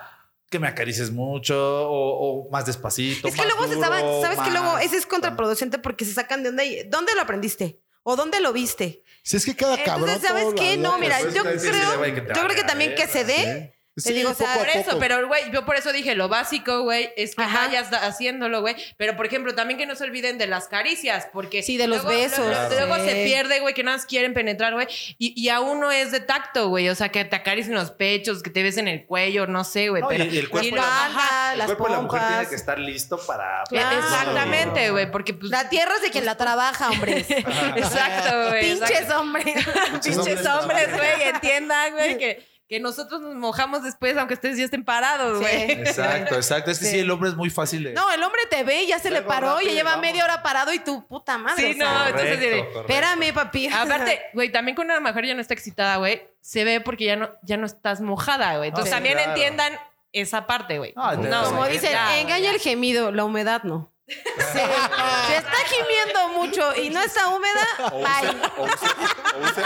Speaker 6: que me acarices mucho o, o más despacito.
Speaker 11: Es que
Speaker 6: más
Speaker 11: luego se
Speaker 6: duro,
Speaker 11: saben, sabes que luego
Speaker 6: más-
Speaker 11: ese es contraproducente porque se sacan de onda y ¿dónde lo aprendiste? ¿O dónde lo viste?
Speaker 6: Ah,
Speaker 10: Si es que cada cabrón.
Speaker 11: Entonces, ¿sabes
Speaker 10: todo lo
Speaker 11: qué?
Speaker 10: habla,
Speaker 11: No, mira,
Speaker 10: pues,
Speaker 11: yo
Speaker 10: está
Speaker 11: creo,
Speaker 10: difícil, güey, que
Speaker 11: yo
Speaker 10: te
Speaker 11: creo que
Speaker 10: valga
Speaker 11: también que se
Speaker 6: ¿eh?
Speaker 11: dé.
Speaker 10: Sí.
Speaker 11: Te digo, o sea,
Speaker 3: por eso,
Speaker 11: pero
Speaker 3: pero güey, yo por eso dije, lo básico, güey, es que vayas da- haciéndolo, güey. Pero por ejemplo, también que no se olviden de las caricias, porque.
Speaker 11: Sí, de los
Speaker 3: luego-
Speaker 11: besos.
Speaker 3: Luego,
Speaker 11: Claro.
Speaker 3: luego
Speaker 11: Sí.
Speaker 3: se pierde, güey, que nada más quieren penetrar, güey. Y, y aún no es de tacto, güey. O sea, que te acaricien los pechos, que te besen el cuello, no sé, güey.
Speaker 6: No,
Speaker 3: pero,
Speaker 6: y- y el cuerpo,
Speaker 3: y
Speaker 6: de la,
Speaker 3: la-
Speaker 6: mujer-
Speaker 3: ajá,
Speaker 6: el
Speaker 3: las
Speaker 6: cuerpo de la mujer tiene
Speaker 3: pompas.
Speaker 6: que estar listo para.
Speaker 11: Claro.
Speaker 3: Exactamente, güey, porque pues.
Speaker 11: La tierra es de quien la trabaja, hombre.
Speaker 3: Exacto, güey.
Speaker 11: Pinches
Speaker 3: exacto.
Speaker 11: hombres.
Speaker 3: Pinches hombres, güey, entiendan, güey, que, que nosotros nos mojamos después, aunque ustedes ya estén parados, güey.
Speaker 6: Exacto, exacto. Es que sí. el hombre es muy fácil de.
Speaker 11: No, el hombre te ve y ya se le
Speaker 6: Luego
Speaker 11: paró,
Speaker 6: rápido,
Speaker 11: ya lleva
Speaker 6: vamos.
Speaker 11: media hora parado y tú, puta madre.
Speaker 3: Sí, no, entonces diré,
Speaker 6: correcto.
Speaker 11: Espérame, papi.
Speaker 3: Aparte, güey, también cuando una mujer ya no está excitada, güey, se ve porque ya no, ya no estás mojada, güey. Entonces
Speaker 11: Sí,
Speaker 3: también
Speaker 11: claro.
Speaker 3: entiendan esa parte, güey.
Speaker 6: No,
Speaker 11: Como dicen,
Speaker 3: ya,
Speaker 11: engaña el gemido, la humedad no. Sí. Si está gimiendo mucho y no está húmeda,
Speaker 6: O,
Speaker 11: bye.
Speaker 6: usen- o usen- o usen-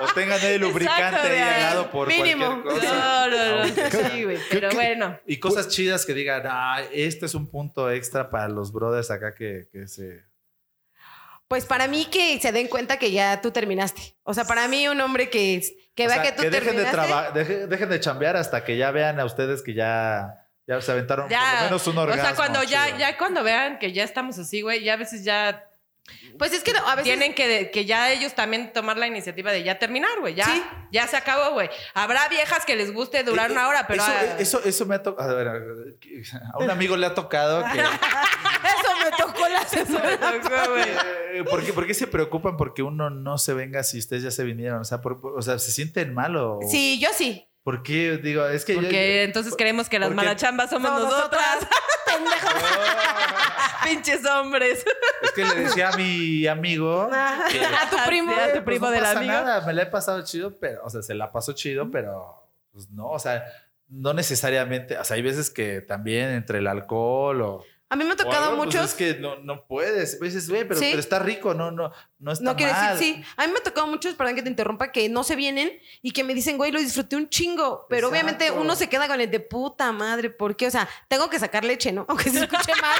Speaker 6: o- o tengan el lubricante ahí al
Speaker 11: ya.
Speaker 6: lado por
Speaker 11: Mínimo.
Speaker 6: cualquier cosa.
Speaker 3: No, no, no. Sí, güey, pero bueno.
Speaker 6: Y cosas chidas que digan, ah, este es un punto extra para los brothers acá que, que se...
Speaker 11: Pues para mí que se den cuenta que ya tú terminaste. O sea, para mí un hombre que, que
Speaker 6: O
Speaker 11: vea
Speaker 6: sea,
Speaker 11: que tú
Speaker 6: dejen de,
Speaker 11: terminaste.
Speaker 6: traba- deje- dejen de chambear hasta que ya vean a ustedes que ya, ya se aventaron por lo menos un orgasmo.
Speaker 3: O sea, cuando ya,
Speaker 6: chido.
Speaker 3: ya cuando vean que ya estamos así, güey, ya a veces ya.
Speaker 11: Pues es que a veces.
Speaker 3: Tienen que, de- que ya ellos también tomar la iniciativa de ya terminar, güey. Ya, ya se acabó, güey. Habrá viejas que les guste durar
Speaker 6: Eh,
Speaker 3: una hora, pero.
Speaker 6: Eso,
Speaker 3: ah,
Speaker 6: eso, eso me ha tocado... A, ver, a ver, a un amigo le ha tocado que...
Speaker 11: Eso me tocó la
Speaker 6: Eh, ¿Por qué, por qué se preocupan porque uno no se venga si ustedes ya se vinieron? O sea, por- por- o sea ¿se sienten mal o...?
Speaker 11: Sí, yo sí.
Speaker 6: ¿Por qué? Digo, es que... yo-
Speaker 3: Porque entonces creemos que las
Speaker 6: porque-
Speaker 3: malachambas somos
Speaker 11: No,
Speaker 3: nosotras. Pinches hombres.
Speaker 6: Es que le decía a mi amigo...
Speaker 11: Ah.
Speaker 6: que,
Speaker 3: A tu primo.
Speaker 6: "Eh,
Speaker 3: A tu
Speaker 6: pues
Speaker 3: primo
Speaker 6: no
Speaker 3: del
Speaker 6: pasa
Speaker 3: amigo.
Speaker 6: nada, me la he pasado chido, pero... O sea, se la pasó chido, pero... Pues no, o sea, no necesariamente... O sea, hay veces que también entre el alcohol o...
Speaker 11: A mí me ha
Speaker 6: o
Speaker 11: tocado
Speaker 6: algo, pues,
Speaker 11: muchos.
Speaker 6: es que no, no puedes. A veces, güey, pero,
Speaker 11: Sí.
Speaker 6: pero está rico, no, no, no está
Speaker 11: No quiero
Speaker 6: mal.
Speaker 11: decir, sí. A mí me ha tocado muchos, perdón que te interrumpa, que no se vienen y que me dicen, güey, lo disfruté un chingo. Pero obviamente uno se queda con el de puta madre, ¿por qué? O sea, tengo que sacar leche, ¿no? Aunque se escuche mal,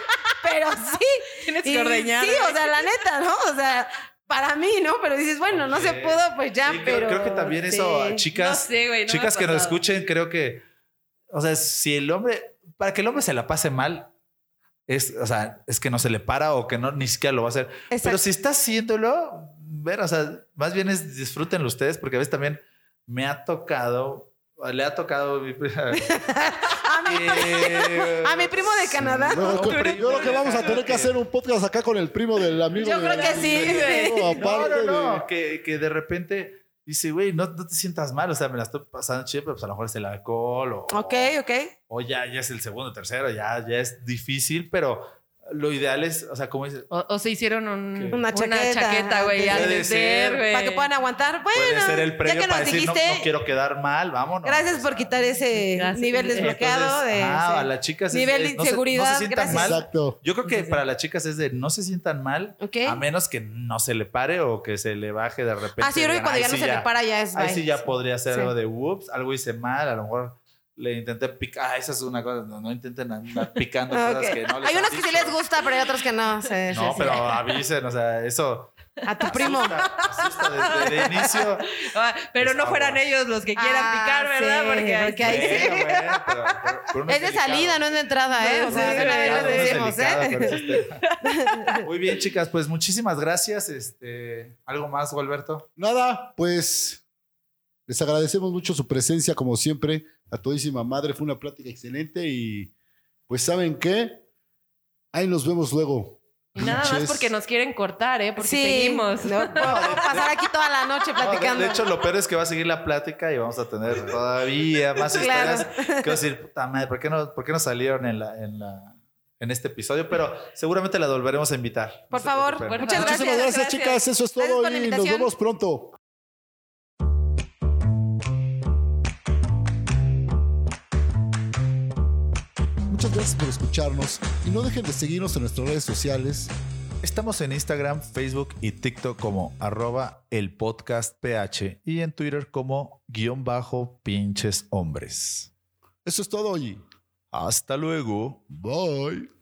Speaker 11: pero sí.
Speaker 3: Tienes que
Speaker 11: Y
Speaker 3: ordeñar,
Speaker 11: Sí,
Speaker 6: ¿eh?
Speaker 3: güey.
Speaker 11: o sea, la neta, ¿no? O sea, para mí, ¿no? Pero dices, bueno, no se
Speaker 6: Sí.
Speaker 11: pudo, pues ya,
Speaker 6: Sí, creo,
Speaker 11: pero.
Speaker 6: creo que también eso,
Speaker 11: sí.
Speaker 6: a chicas,
Speaker 3: No sé, güey, no me
Speaker 6: chicas
Speaker 3: ha
Speaker 6: que nos
Speaker 3: pasado.
Speaker 6: escuchen, creo que, o sea, si el hombre, para que el hombre se la pase mal, es, o sea, es que no se le para o que no ni siquiera lo va a hacer. Pero si está haciéndolo, ver, o sea, más bien es disfrútenlo ustedes, porque a veces también me ha tocado, le ha tocado. Eh,
Speaker 11: A mi primo de Canadá.
Speaker 10: No, yo creo que vamos a tener que hacer un podcast acá con el primo del amigo.
Speaker 11: Yo
Speaker 10: de-
Speaker 11: creo que sí,
Speaker 10: de-
Speaker 11: güey.
Speaker 10: No, aparte
Speaker 6: no, no,
Speaker 10: de-
Speaker 6: no, Que, que de repente dice, güey, no, no te sientas mal, o sea, me la estoy pasando chido, pero pues a lo mejor es el alcohol o,
Speaker 11: Ok, ok.
Speaker 6: o ya, ya es el segundo, tercero, ya, ya es difícil, pero lo ideal es, o sea, como dices,
Speaker 3: O, o se hicieron un-
Speaker 6: ¿Qué?
Speaker 3: una chaqueta, güey,
Speaker 6: Puede
Speaker 3: antes de
Speaker 6: ser.
Speaker 3: güey.
Speaker 11: Para que puedan aguantar. Bueno,
Speaker 6: puede ser el
Speaker 11: ya
Speaker 6: premio
Speaker 11: que
Speaker 6: para
Speaker 11: nos
Speaker 6: decir, no,
Speaker 11: dijiste,
Speaker 6: no quiero quedar mal, vámonos.
Speaker 11: gracias por quitar ese nivel desbloqueado.
Speaker 6: Entonces,
Speaker 11: de,
Speaker 6: ah,
Speaker 11: sí.
Speaker 6: a las chicas es-
Speaker 11: Nivel
Speaker 6: es-
Speaker 11: de
Speaker 6: no se-
Speaker 11: inseguridad,
Speaker 6: no se sientan
Speaker 11: gracias.
Speaker 6: mal. Yo creo que para las chicas es de no se sientan mal,
Speaker 11: Ok.
Speaker 6: a menos que no se le pare o que se le baje de repente.
Speaker 11: Ah, sí, yo creo que
Speaker 6: digan,
Speaker 11: cuando
Speaker 6: "Ay,
Speaker 11: ya no
Speaker 6: sí,
Speaker 11: se le para ya es
Speaker 6: Ahí
Speaker 11: bye".
Speaker 6: sí ya podría ser
Speaker 11: Sí.
Speaker 6: algo de whoops, algo hice mal, a lo mejor le intenté picar. Ah, esa es una cosa, no, no intenten andar picando
Speaker 11: Ah,
Speaker 6: cosas
Speaker 11: ok.
Speaker 6: que no les
Speaker 11: Hay
Speaker 6: han
Speaker 11: unas que sí les gusta, pero hay otras que no. Sí, sí,
Speaker 6: dicho. No,
Speaker 11: sí.
Speaker 6: pero avisen, o sea, eso
Speaker 11: A tu primo.
Speaker 6: desde el inicio.
Speaker 3: Ah, pero no fueran ellos los que quieran
Speaker 11: Ah,
Speaker 3: picar, ¿verdad?
Speaker 11: sí,
Speaker 3: porque ahí
Speaker 11: porque ahí
Speaker 3: sí.
Speaker 11: sí.
Speaker 6: pero uno
Speaker 11: Es de
Speaker 6: delicado.
Speaker 11: salida, no es de entrada, ¿eh? O sea, de una vez
Speaker 6: Delicado,
Speaker 11: les
Speaker 6: uno
Speaker 11: decimos,
Speaker 6: es delicado
Speaker 11: ¿eh?
Speaker 6: con esos temas. Muy bien, chicas, pues muchísimas gracias. Este, ¿Algo más, Gualberto?
Speaker 10: Nada, pues les agradecemos mucho su presencia, como siempre, a todísima madre. Fue una plática excelente y pues ¿saben qué? Ahí nos vemos luego.
Speaker 3: Y Nada más
Speaker 10: Pinches.
Speaker 3: porque nos quieren cortar, ¿eh? Porque
Speaker 11: Sí.
Speaker 3: seguimos.
Speaker 11: No, puedo pasar aquí toda la noche
Speaker 6: No, de-
Speaker 11: platicando.
Speaker 6: de hecho, lo peor es que va a seguir la plática y vamos a tener todavía más
Speaker 11: Claro.
Speaker 6: historias. Quiero decir, puta madre, ¿por qué no, por qué no salieron en, la, en, la, en este episodio? Pero seguramente la volveremos a invitar.
Speaker 11: Por favor,
Speaker 6: preocupen.
Speaker 11: muchas gracias.
Speaker 10: Muchísimas gracias, chicas. Eso es
Speaker 11: por
Speaker 10: todo
Speaker 11: la
Speaker 10: y nos
Speaker 11: invitación.
Speaker 10: vemos pronto. Muchas gracias por escucharnos y no dejen de seguirnos en nuestras redes sociales.
Speaker 6: Estamos en Instagram, Facebook y TikTok como arroba el podcast PH y en Twitter como guión bajo pinches hombres.
Speaker 10: Eso es todo, y
Speaker 6: Hasta luego.
Speaker 10: Bye.